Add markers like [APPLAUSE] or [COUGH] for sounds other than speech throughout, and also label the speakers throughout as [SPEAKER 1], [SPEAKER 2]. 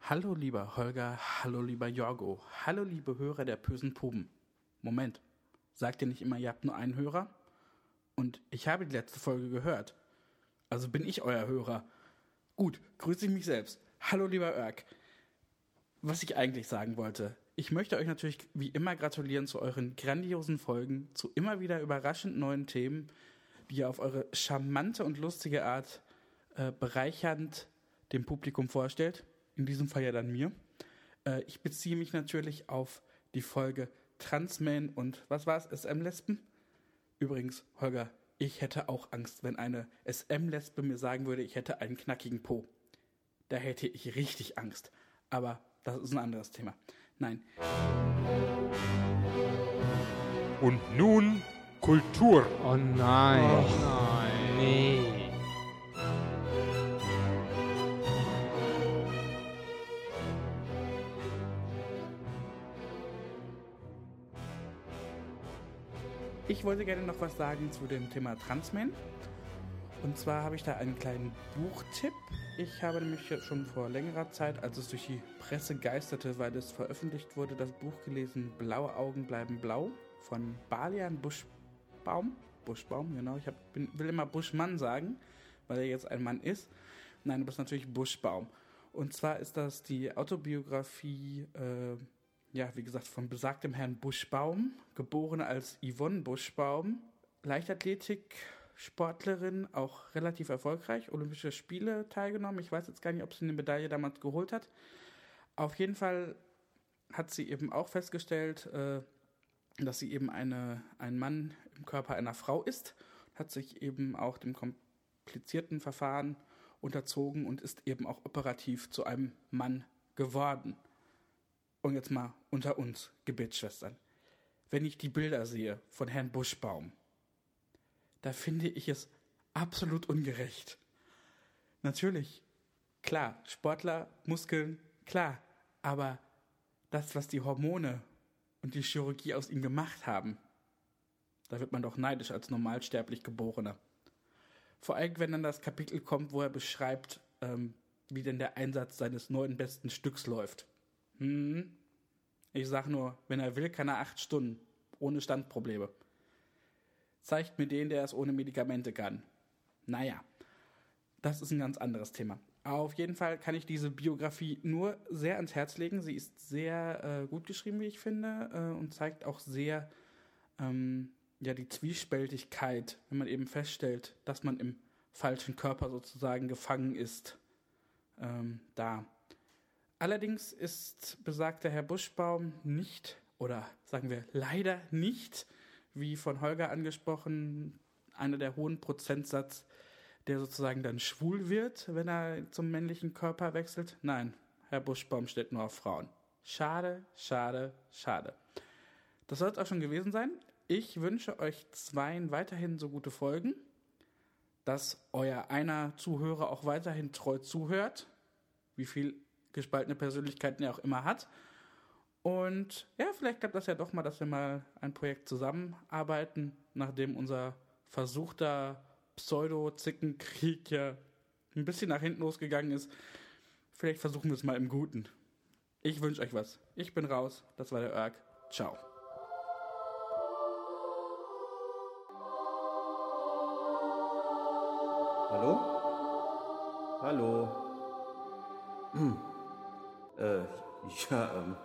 [SPEAKER 1] Hallo lieber Holger, hallo lieber Jorgo, hallo liebe Hörer der bösen Puben. Moment, sagt ihr nicht immer, ihr habt nur einen Hörer? Und ich habe die letzte Folge gehört. Also bin ich euer Hörer. Gut, grüße ich mich selbst. Hallo lieber Örg. Was ich eigentlich sagen wollte. Ich möchte euch natürlich wie immer gratulieren zu euren grandiosen Folgen, zu immer wieder überraschend neuen Themen, die ihr auf eure charmante und lustige Art äh, bereichernd dem Publikum vorstellt. In diesem Fall ja dann mir. Äh, ich beziehe mich natürlich auf die Folge Transman und was war es, SM-Lesben? Übrigens, Holger, ich hätte auch Angst, wenn eine SM-Lesbe mir sagen würde, ich hätte einen knackigen Po. Da hätte ich richtig Angst. Aber das ist ein anderes Thema. Nein.
[SPEAKER 2] Und nun Kultur.
[SPEAKER 3] Oh nein.
[SPEAKER 2] Oh
[SPEAKER 3] nein. Nee.
[SPEAKER 1] Ich wollte gerne noch was sagen zu dem Thema Transmen. Und zwar habe ich da einen kleinen Buchtipp. Ich habe nämlich jetzt schon vor längerer Zeit, als es durch die Presse geisterte, weil es veröffentlicht wurde, das Buch gelesen Blaue Augen bleiben blau von Balian Buschbaum. Buschbaum, genau. Ich hab, bin, will immer Buschmann sagen, weil er jetzt ein Mann ist. Nein, aber es ist natürlich Buschbaum. Und zwar ist das die Autobiografie, äh, ja, wie gesagt, von besagtem Herrn Buschbaum, geboren als Yvonne Buschbaum, Leichtathletik, Sportlerin, auch relativ erfolgreich, Olympische Spiele teilgenommen. Ich weiß jetzt gar nicht, ob sie eine Medaille damals geholt hat. Auf jeden Fall hat sie eben auch festgestellt, äh, dass sie eben eine, ein Mann im Körper einer Frau ist, hat sich eben auch dem komplizierten Verfahren unterzogen und ist eben auch operativ zu einem Mann geworden. Und jetzt mal unter uns, Gebetsschwestern. Wenn ich die Bilder sehe von Herrn Buschbaum, da finde ich es absolut ungerecht. Natürlich, klar, Sportler, Muskeln, klar, aber das, was die Hormone und die Chirurgie aus ihm gemacht haben, da wird man doch neidisch als normalsterblich Geborener. Vor allem, wenn dann das Kapitel kommt, wo er beschreibt, ähm, wie denn der Einsatz seines neuen besten Stücks läuft. Hm. Ich sag nur, wenn er will, kann er acht Stunden, ohne Standprobleme zeigt mir den, der es ohne Medikamente kann. Naja, das ist ein ganz anderes Thema. Auf jeden Fall kann ich diese Biografie nur sehr ans Herz legen. Sie ist sehr äh, gut geschrieben, wie ich finde, äh, und zeigt auch sehr ähm, ja, die Zwiespältigkeit, wenn man eben feststellt, dass man im falschen Körper sozusagen gefangen ist. Ähm, da. Allerdings ist besagter Herr Buschbaum nicht, oder sagen wir leider nicht, wie von Holger angesprochen, einer der hohen Prozentsatz, der sozusagen dann schwul wird, wenn er zum männlichen Körper wechselt. Nein, Herr Buschbaum steht nur auf Frauen. Schade, schade, schade. Das soll es auch schon gewesen sein. Ich wünsche euch zweien weiterhin so gute Folgen, dass euer einer Zuhörer auch weiterhin treu zuhört, wie viel gespaltene Persönlichkeiten er auch immer hat. Und ja, vielleicht klappt das ja doch mal, dass wir mal ein Projekt zusammenarbeiten, nachdem unser versuchter Pseudo-Zickenkrieg ja ein bisschen nach hinten losgegangen ist. Vielleicht versuchen wir es mal im Guten. Ich wünsche euch was. Ich bin raus. Das war der Erg. Ciao.
[SPEAKER 4] Hallo? Hallo? Hm. Äh, ja, ähm.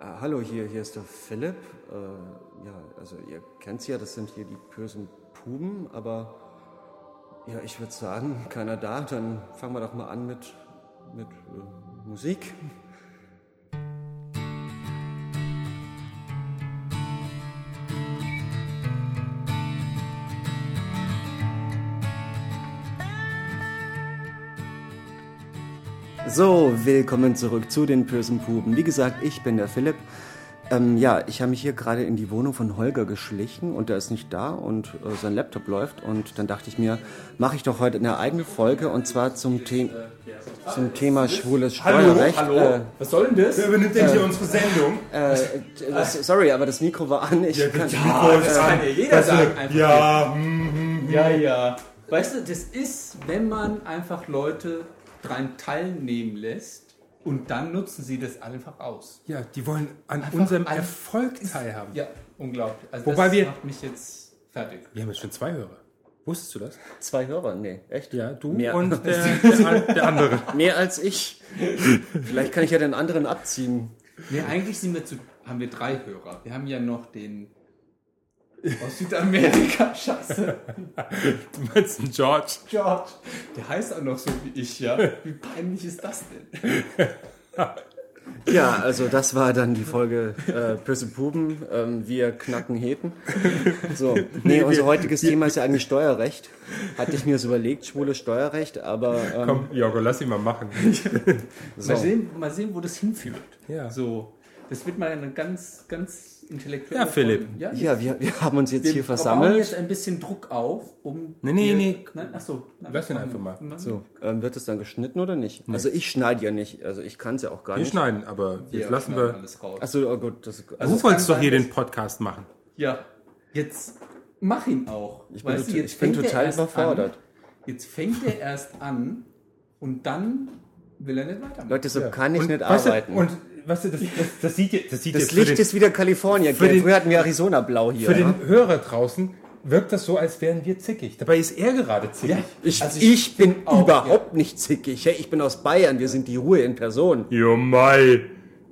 [SPEAKER 4] Ah, hallo, hier, hier ist der Philipp. Äh, ja, also ihr kennt's ja, das sind hier die bösen Puben, aber ja, ich würde sagen, keiner da, dann fangen wir doch mal an mit, mit äh, Musik. So, willkommen zurück zu den bösen Puben. Wie gesagt, ich bin der Philipp. Ähm, ja, ich habe mich hier gerade in die Wohnung von Holger geschlichen und der ist nicht da und äh, sein Laptop läuft und dann dachte ich mir, mache ich doch heute eine eigene Folge und zwar zum, The zum Thema schwules Steuerrecht.
[SPEAKER 5] Hallo, hallo. Was soll denn das?
[SPEAKER 6] Wer übernimmt denn hier unsere Sendung?
[SPEAKER 4] Äh, äh, das, sorry, aber das Mikro war an. Ich
[SPEAKER 6] Ja,
[SPEAKER 4] kann,
[SPEAKER 6] das Mikro ist an.
[SPEAKER 5] jeder sagt einfach.
[SPEAKER 6] Ja, hm, hm,
[SPEAKER 5] Ja, ja. Weißt du, das ist, wenn man einfach Leute dran teilnehmen lässt
[SPEAKER 7] Und dann nutzen sie das einfach aus.
[SPEAKER 1] Ja, die wollen an
[SPEAKER 7] Einfach
[SPEAKER 1] unserem
[SPEAKER 7] an-
[SPEAKER 1] Erfolg teilhaben.
[SPEAKER 7] Ja, unglaublich. Also
[SPEAKER 1] Wobei
[SPEAKER 7] das
[SPEAKER 1] wir-
[SPEAKER 7] macht mich jetzt fertig.
[SPEAKER 1] Wir haben jetzt schon zwei Hörer. Wusstest du das?
[SPEAKER 4] Zwei Hörer, nee, echt?
[SPEAKER 1] Ja, du
[SPEAKER 4] Mehr. [LAUGHS]
[SPEAKER 1] und der,
[SPEAKER 2] [LAUGHS]
[SPEAKER 1] der, an- der andere.
[SPEAKER 4] Mehr als ich. Vielleicht kann ich ja den anderen abziehen.
[SPEAKER 7] Nee, eigentlich sind wir zu, haben wir drei Hörer. Wir haben ja noch den aus Südamerika, scheiße,
[SPEAKER 1] Du meinst den George.
[SPEAKER 7] George. Der heißt auch noch so wie ich, ja. Wie peinlich ist das denn?
[SPEAKER 4] Ja, also das war dann die Folge äh, Böse Buben. Ähm, wir knacken Heten. So. Nee, unser heutiges Thema ist ja eigentlich Steuerrecht. Hatte ich mir das überlegt, schwule Steuerrecht, aber ähm,
[SPEAKER 2] Komm, Jorgo, lass ihn mal machen.
[SPEAKER 4] so.
[SPEAKER 7] Mal, sehen, mal sehen, wo das hinführt.
[SPEAKER 1] Ja.
[SPEAKER 7] So, das wird mal eine ganz, ganz intellektuelle
[SPEAKER 1] Ja, Philipp.
[SPEAKER 7] Folge. Ja,
[SPEAKER 4] Ja, wir, wir haben uns jetzt
[SPEAKER 7] wir
[SPEAKER 4] hier
[SPEAKER 7] bauen
[SPEAKER 4] versammelt.
[SPEAKER 7] jetzt ein bisschen Druck auf, um.
[SPEAKER 1] Nee, nee,
[SPEAKER 7] dir-
[SPEAKER 1] nee.
[SPEAKER 7] Nein, achso.
[SPEAKER 1] Lass ihn einfach mal.
[SPEAKER 4] So, ähm, wird es dann geschnitten oder nicht? Also ich schneide ja nicht, also ich kann es ja auch gar
[SPEAKER 2] Wir
[SPEAKER 4] nicht.
[SPEAKER 2] schneiden, aber jetzt lassen wir.
[SPEAKER 7] Alles raus.
[SPEAKER 4] Achso, oh gut, das also,
[SPEAKER 2] Du wolltest doch hier den Podcast machen.
[SPEAKER 7] Ja, jetzt mach ihn auch.
[SPEAKER 4] ich bin,
[SPEAKER 7] Weißt du,
[SPEAKER 4] tot-
[SPEAKER 7] jetzt
[SPEAKER 4] ich bin
[SPEAKER 7] fängt er
[SPEAKER 4] total
[SPEAKER 7] erst
[SPEAKER 4] überfordert.
[SPEAKER 7] An, jetzt fängt er erst an und dann will er nicht weitermachen.
[SPEAKER 4] Leute, so kann ich nicht
[SPEAKER 2] weißt du,
[SPEAKER 4] arbeiten.
[SPEAKER 6] Und weißt du, das, das, das sieht ihr, das sieht
[SPEAKER 4] das
[SPEAKER 6] ihr für
[SPEAKER 4] Licht
[SPEAKER 6] den,
[SPEAKER 4] ist wieder Kalifornien.
[SPEAKER 6] für
[SPEAKER 4] gell?
[SPEAKER 6] den-
[SPEAKER 4] Früher hatten wir Arizona blau hier.
[SPEAKER 6] für
[SPEAKER 4] ja?
[SPEAKER 6] den Hörer draußen wirkt das so, als wären wir zickig. Dabei ist er gerade zickig.
[SPEAKER 4] Ich,
[SPEAKER 7] Also
[SPEAKER 4] ich, bin
[SPEAKER 7] auch,
[SPEAKER 4] überhaupt nicht zickig. Hey, ich bin aus Bayern, wir sind die Ruhe in Person.
[SPEAKER 2] Jo, Mai.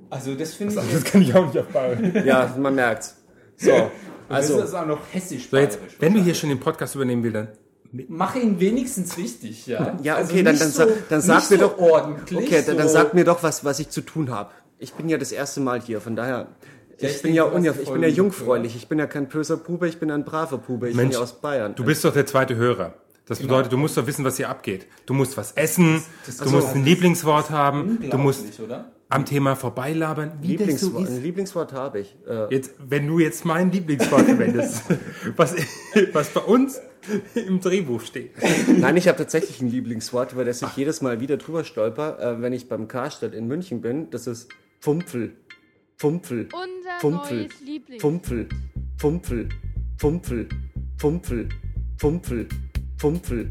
[SPEAKER 7] Also das finde ich.
[SPEAKER 6] Das kann ich auch nicht erfahren.
[SPEAKER 4] Ja, man merkt's. So,
[SPEAKER 7] Also,
[SPEAKER 4] also,
[SPEAKER 7] das ist auch noch hessisch.
[SPEAKER 2] So, jetzt, wenn du hier schon den Podcast übernehmen willst, dann.
[SPEAKER 7] Mach ihn wenigstens richtig, ja.
[SPEAKER 4] [LAUGHS] ja,
[SPEAKER 7] Also
[SPEAKER 4] okay, dann,
[SPEAKER 7] nicht
[SPEAKER 4] dann, sa-
[SPEAKER 7] so-
[SPEAKER 4] dann
[SPEAKER 7] nicht
[SPEAKER 4] sag mir
[SPEAKER 7] so
[SPEAKER 4] doch,
[SPEAKER 7] ordentlich.
[SPEAKER 4] okay, dann, dann
[SPEAKER 7] so-
[SPEAKER 4] sag mir doch, was, was ich zu tun habe. Ich bin ja das erste Mal hier, von daher,
[SPEAKER 7] Ja,
[SPEAKER 4] ich,
[SPEAKER 7] ich
[SPEAKER 4] bin
[SPEAKER 7] denke,
[SPEAKER 4] ja
[SPEAKER 7] du hast
[SPEAKER 4] unja, ich
[SPEAKER 7] die
[SPEAKER 4] bin ja
[SPEAKER 7] Folgen
[SPEAKER 4] jungfräulich, ich bin ja kein böser Pube, ich bin ein braver Pube, ich
[SPEAKER 2] Mensch,
[SPEAKER 4] bin ja aus Bayern.
[SPEAKER 2] Du bist doch der zweite Hörer. Das
[SPEAKER 6] Genau.
[SPEAKER 2] bedeutet, du musst doch wissen, was hier abgeht. Du musst was essen, du musst ein Lieblingswort haben, du musst
[SPEAKER 7] Unglaublich, oder?
[SPEAKER 2] am Thema vorbeilabern. Wie das so
[SPEAKER 4] Lieblingswort, ein
[SPEAKER 2] ist.
[SPEAKER 4] Lieblingswort habe ich. Äh,
[SPEAKER 2] Jetzt, wenn du jetzt mein Lieblingswort verwendest, [LAUGHS] was, was bei uns im Drehbuch steht.
[SPEAKER 4] Nein, ich habe tatsächlich ein Lieblingswort, über das ich jedes Mal wieder drüber stolper, äh, wenn ich beim Karstadt in München bin. Das ist Pfumpfel. Pfumpfel.
[SPEAKER 8] Unser
[SPEAKER 4] Pfumpfel.
[SPEAKER 8] neues Lieblings.
[SPEAKER 4] Pfumpfel. Pfumpfel. Pfumpfel. Pfumpfel. Pfumpfel. Pfumpfel.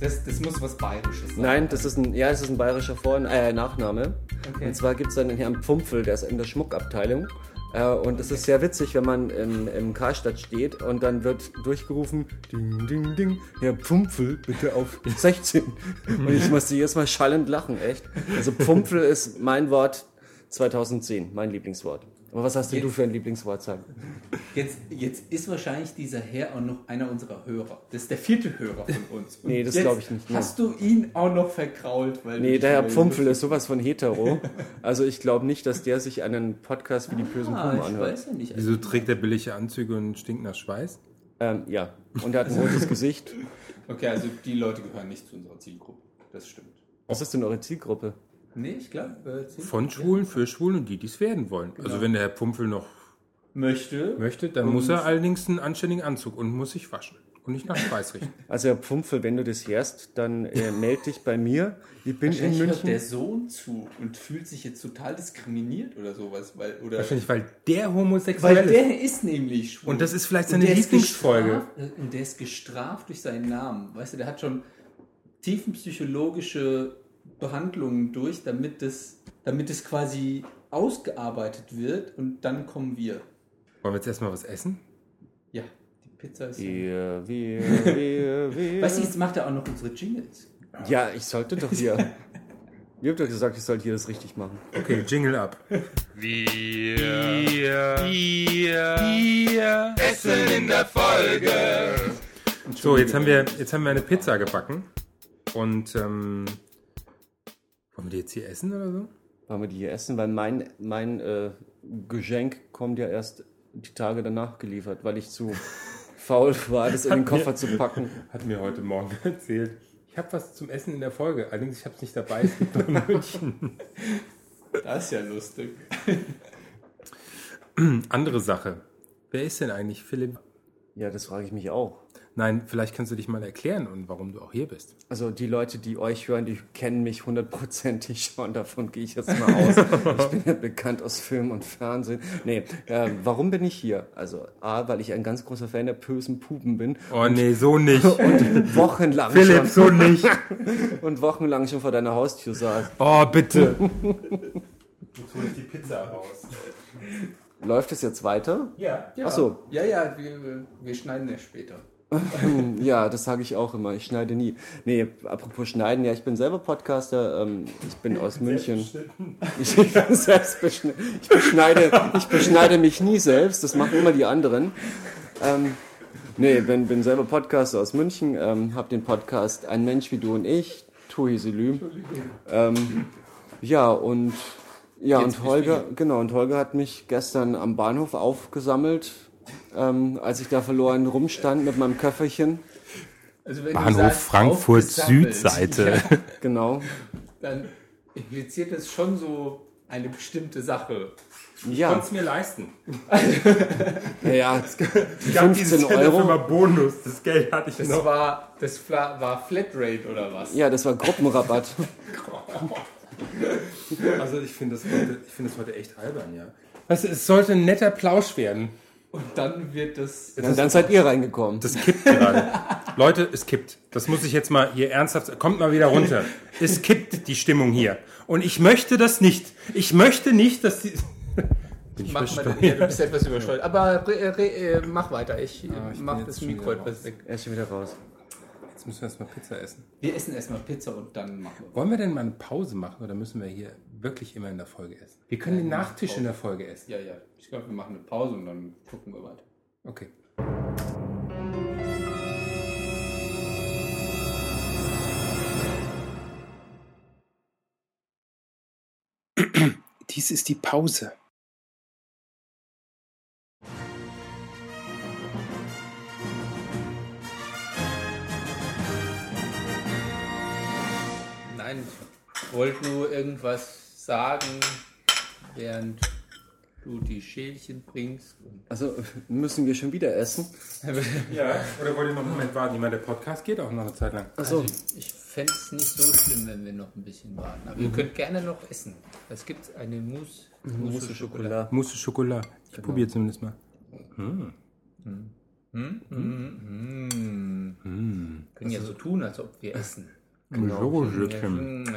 [SPEAKER 7] Das, das muss was Bayerisches sein.
[SPEAKER 4] Nein, das ist ein, ja, das ist ein bayerischer Vor- äh, Nachname.
[SPEAKER 7] Okay.
[SPEAKER 4] Und zwar gibt es dann den Herrn Pfumpfel, der ist in der Schmuckabteilung. Äh, und es ist sehr witzig, wenn man im, im Karstadt steht und dann wird durchgerufen, ding, ding, ding, Herr Pfumpfel, bitte auf [LAUGHS] 16. und ich musste jedes Mal schallend lachen, echt. Also Pfumpfel ist mein Wort 2010, mein Lieblingswort. Aber was hast denn du für ein Lieblingswort, Sam?
[SPEAKER 7] Jetzt, jetzt ist wahrscheinlich dieser Herr auch noch einer unserer Hörer. Das ist der vierte Hörer von uns. Und
[SPEAKER 4] Nee, das
[SPEAKER 7] jetzt
[SPEAKER 4] glaub ich nicht, nee.
[SPEAKER 7] Hast du ihn auch noch verkrault? Weil du
[SPEAKER 4] Nee,
[SPEAKER 7] dich
[SPEAKER 4] der Herr
[SPEAKER 7] über ihn
[SPEAKER 4] Pfumpfel ist sowas von hetero. Also ich glaube nicht, dass der sich einen Podcast wie die bösen
[SPEAKER 7] Ah,
[SPEAKER 4] Puben
[SPEAKER 7] ich
[SPEAKER 4] anhört.
[SPEAKER 7] weiß ja nicht.
[SPEAKER 2] Wieso trägt er billige Anzüge und stinkt nach Schweiß?
[SPEAKER 4] Ähm, ja. Und er hat ein rotes Gesicht.
[SPEAKER 7] Okay, also die Leute gehören nicht zu unserer Zielgruppe. Das stimmt.
[SPEAKER 4] Was ist denn eure Zielgruppe?
[SPEAKER 7] Nee, ich glaube, äh,
[SPEAKER 2] Von Schwulen, für Schwulen und die, die es werden wollen. Also wenn der Herr Pumpel noch
[SPEAKER 7] möchte.
[SPEAKER 2] möchte, dann muss er allerdings einen anständigen Anzug und muss sich waschen. Und nicht nach Schweiß riechen.
[SPEAKER 4] Also Herr Pfumpfel, wenn du das hörst, dann äh, melde dich bei mir. Ich bin in
[SPEAKER 7] Wahrscheinlich hört der
[SPEAKER 4] München.
[SPEAKER 7] Sohn zu und fühlt sich jetzt total diskriminiert oder sowas. Weil,
[SPEAKER 2] [LAUGHS]
[SPEAKER 7] oder
[SPEAKER 2] Wahrscheinlich, weil der homosexuell
[SPEAKER 7] weil
[SPEAKER 2] ist.
[SPEAKER 7] der ist nämlich schwul.
[SPEAKER 2] Und das ist vielleicht
[SPEAKER 7] Und
[SPEAKER 2] seine
[SPEAKER 7] der ist
[SPEAKER 2] Lieblingsfolge.
[SPEAKER 7] gestraft- äh, Und der ist gestraft durch seinen Namen. Weißt du, der hat schon tiefenpsychologische Behandlungen durch, damit das, damit das quasi ausgearbeitet wird und dann kommen wir.
[SPEAKER 2] Wollen wir jetzt erstmal was essen?
[SPEAKER 7] Ja, die Pizza ist.
[SPEAKER 4] Wir, wir, wir, wir.
[SPEAKER 7] Weißt du, jetzt macht er auch noch unsere Jingles.
[SPEAKER 4] Ja, ich sollte doch
[SPEAKER 7] [LAUGHS]
[SPEAKER 4] hier. Ihr habt doch gesagt, ich sollte hier das richtig machen.
[SPEAKER 2] Okay, Jingle ab. So, jetzt haben wir, jetzt haben wir eine Pizza gebacken. Und ähm, wollen wir die jetzt hier essen oder so?
[SPEAKER 4] Wollen wir die hier essen? Weil mein, mein äh, Geschenk kommt ja erst die Tage danach geliefert, weil ich zu faul war, das in den Koffer zu packen.
[SPEAKER 2] Hat mir heute Morgen [LAUGHS] erzählt. Ich habe was zum Essen in der Folge. Allerdings, ich habe es nicht dabei. Es gibt noch in München.
[SPEAKER 7] Das ist ja lustig.
[SPEAKER 2] Andere Sache. Wer ist denn eigentlich Philipp?
[SPEAKER 4] Ja, das frage ich mich auch.
[SPEAKER 2] Nein, vielleicht kannst du dich mal erklären und warum du auch hier bist.
[SPEAKER 4] Also die Leute, die euch hören, die kennen mich hundertprozentig [LAUGHS] schon. Davon gehe ich jetzt mal aus. ich bin ja bekannt aus Film und Fernsehen. Nee, äh, warum bin ich hier? Also A, weil ich ein ganz großer Fan der bösen Puben bin.
[SPEAKER 2] Oh nee, so [LAUGHS] nicht.
[SPEAKER 4] Und wochenlang
[SPEAKER 2] Philipp,
[SPEAKER 4] schon
[SPEAKER 2] so nicht.
[SPEAKER 4] und wochenlang schon vor deiner Haustür saß.
[SPEAKER 2] Oh, bitte.
[SPEAKER 6] die Pizza raus.
[SPEAKER 4] Läuft es jetzt weiter?
[SPEAKER 6] Ja.
[SPEAKER 4] Ach so,
[SPEAKER 7] Ja, ja, wir, wir schneiden ja später.
[SPEAKER 4] ja, das sage ich auch immer. Ich schneide nie. Nee, apropos schneiden, ja, ich bin selber Podcaster. Ähm, ich bin aus München. Ich, ich, [LAUGHS] bin selbst beschn- ich, beschneide, ich beschneide mich nie selbst, das machen immer die anderen. Ähm, nee, bin, bin selber Podcaster aus München, ähm, habe den Podcast Ein Mensch wie du und ich, Tuhi Selüm. Ähm, ja, und, ja, und Holger, genau, und Holger hat mich gestern am Bahnhof aufgesammelt, ähm, als ich da verloren rumstand mit meinem Köfferchen.
[SPEAKER 7] Also wenn du
[SPEAKER 2] Bahnhof
[SPEAKER 7] sagst,
[SPEAKER 2] Frankfurt
[SPEAKER 7] aufgesammelt,
[SPEAKER 2] Südseite.
[SPEAKER 7] Ja,
[SPEAKER 4] Genau.
[SPEAKER 7] [LAUGHS] dann impliziert das schon so eine bestimmte Sache.
[SPEAKER 4] Ja,
[SPEAKER 2] mir leisten.
[SPEAKER 4] ja, ja,
[SPEAKER 2] Ich gab dieses
[SPEAKER 4] 15
[SPEAKER 2] Jahr dafür
[SPEAKER 4] Euro.
[SPEAKER 2] mal Bonus. Das Geld hatte ich
[SPEAKER 7] Das
[SPEAKER 2] noch.
[SPEAKER 7] war das war, war Flatrate oder was?
[SPEAKER 4] ja, das war Gruppenrabatt.
[SPEAKER 2] Also ich finde das, heute- ich finde das heute echt albern, ja. Weißt du, es sollte ein netter Plausch werden.
[SPEAKER 7] Und dann wird das
[SPEAKER 4] Und dann seid ihr reingekommen.
[SPEAKER 2] Das kippt gerade. Leute, es kippt. Das muss ich jetzt mal hier ernsthaft. Kommt mal wieder runter. Es kippt die Stimmung hier. Und ich möchte das nicht. Ich möchte nicht, dass die. Bin ich
[SPEAKER 7] machen wir
[SPEAKER 2] versteuert?
[SPEAKER 7] dann, ja, du bist etwas übersteuert. Aber re, re, äh, mach weiter. Ich, äh, mach das Mikro etwas weg.
[SPEAKER 4] Er ist schon wieder raus.
[SPEAKER 2] Jetzt müssen wir erstmal Pizza essen.
[SPEAKER 7] Wir essen erstmal Pizza und dann machen wir.
[SPEAKER 2] Wollen wir denn mal eine Pause machen oder müssen wir hier wirklich immer in der Folge essen? Wir können den Nachtisch in der Folge essen.
[SPEAKER 7] Ja, ja. Ich glaube, wir machen eine Pause und dann gucken wir weiter.
[SPEAKER 2] Okay. Dies ist die Pause.
[SPEAKER 7] Nein, ich wollte nur irgendwas sagen, während du die Schälchen bringst.
[SPEAKER 4] Also müssen wir schon wieder essen.
[SPEAKER 2] Ja, oder wollt ihr noch einen Moment warten? Ich meine, der Podcast geht auch noch eine Zeit lang.
[SPEAKER 4] Achso,
[SPEAKER 7] Ich fände es nicht so schlimm, wenn wir noch ein bisschen warten. Aber ihr könnt gerne noch essen. Es gibt Mhm. eine Mousse. Mousse Schokolade.
[SPEAKER 2] Mousse Schokolade. Ich probiere zumindest mal.
[SPEAKER 7] können ja so tun, als ob wir essen.
[SPEAKER 2] Genau.
[SPEAKER 7] Ja, mm,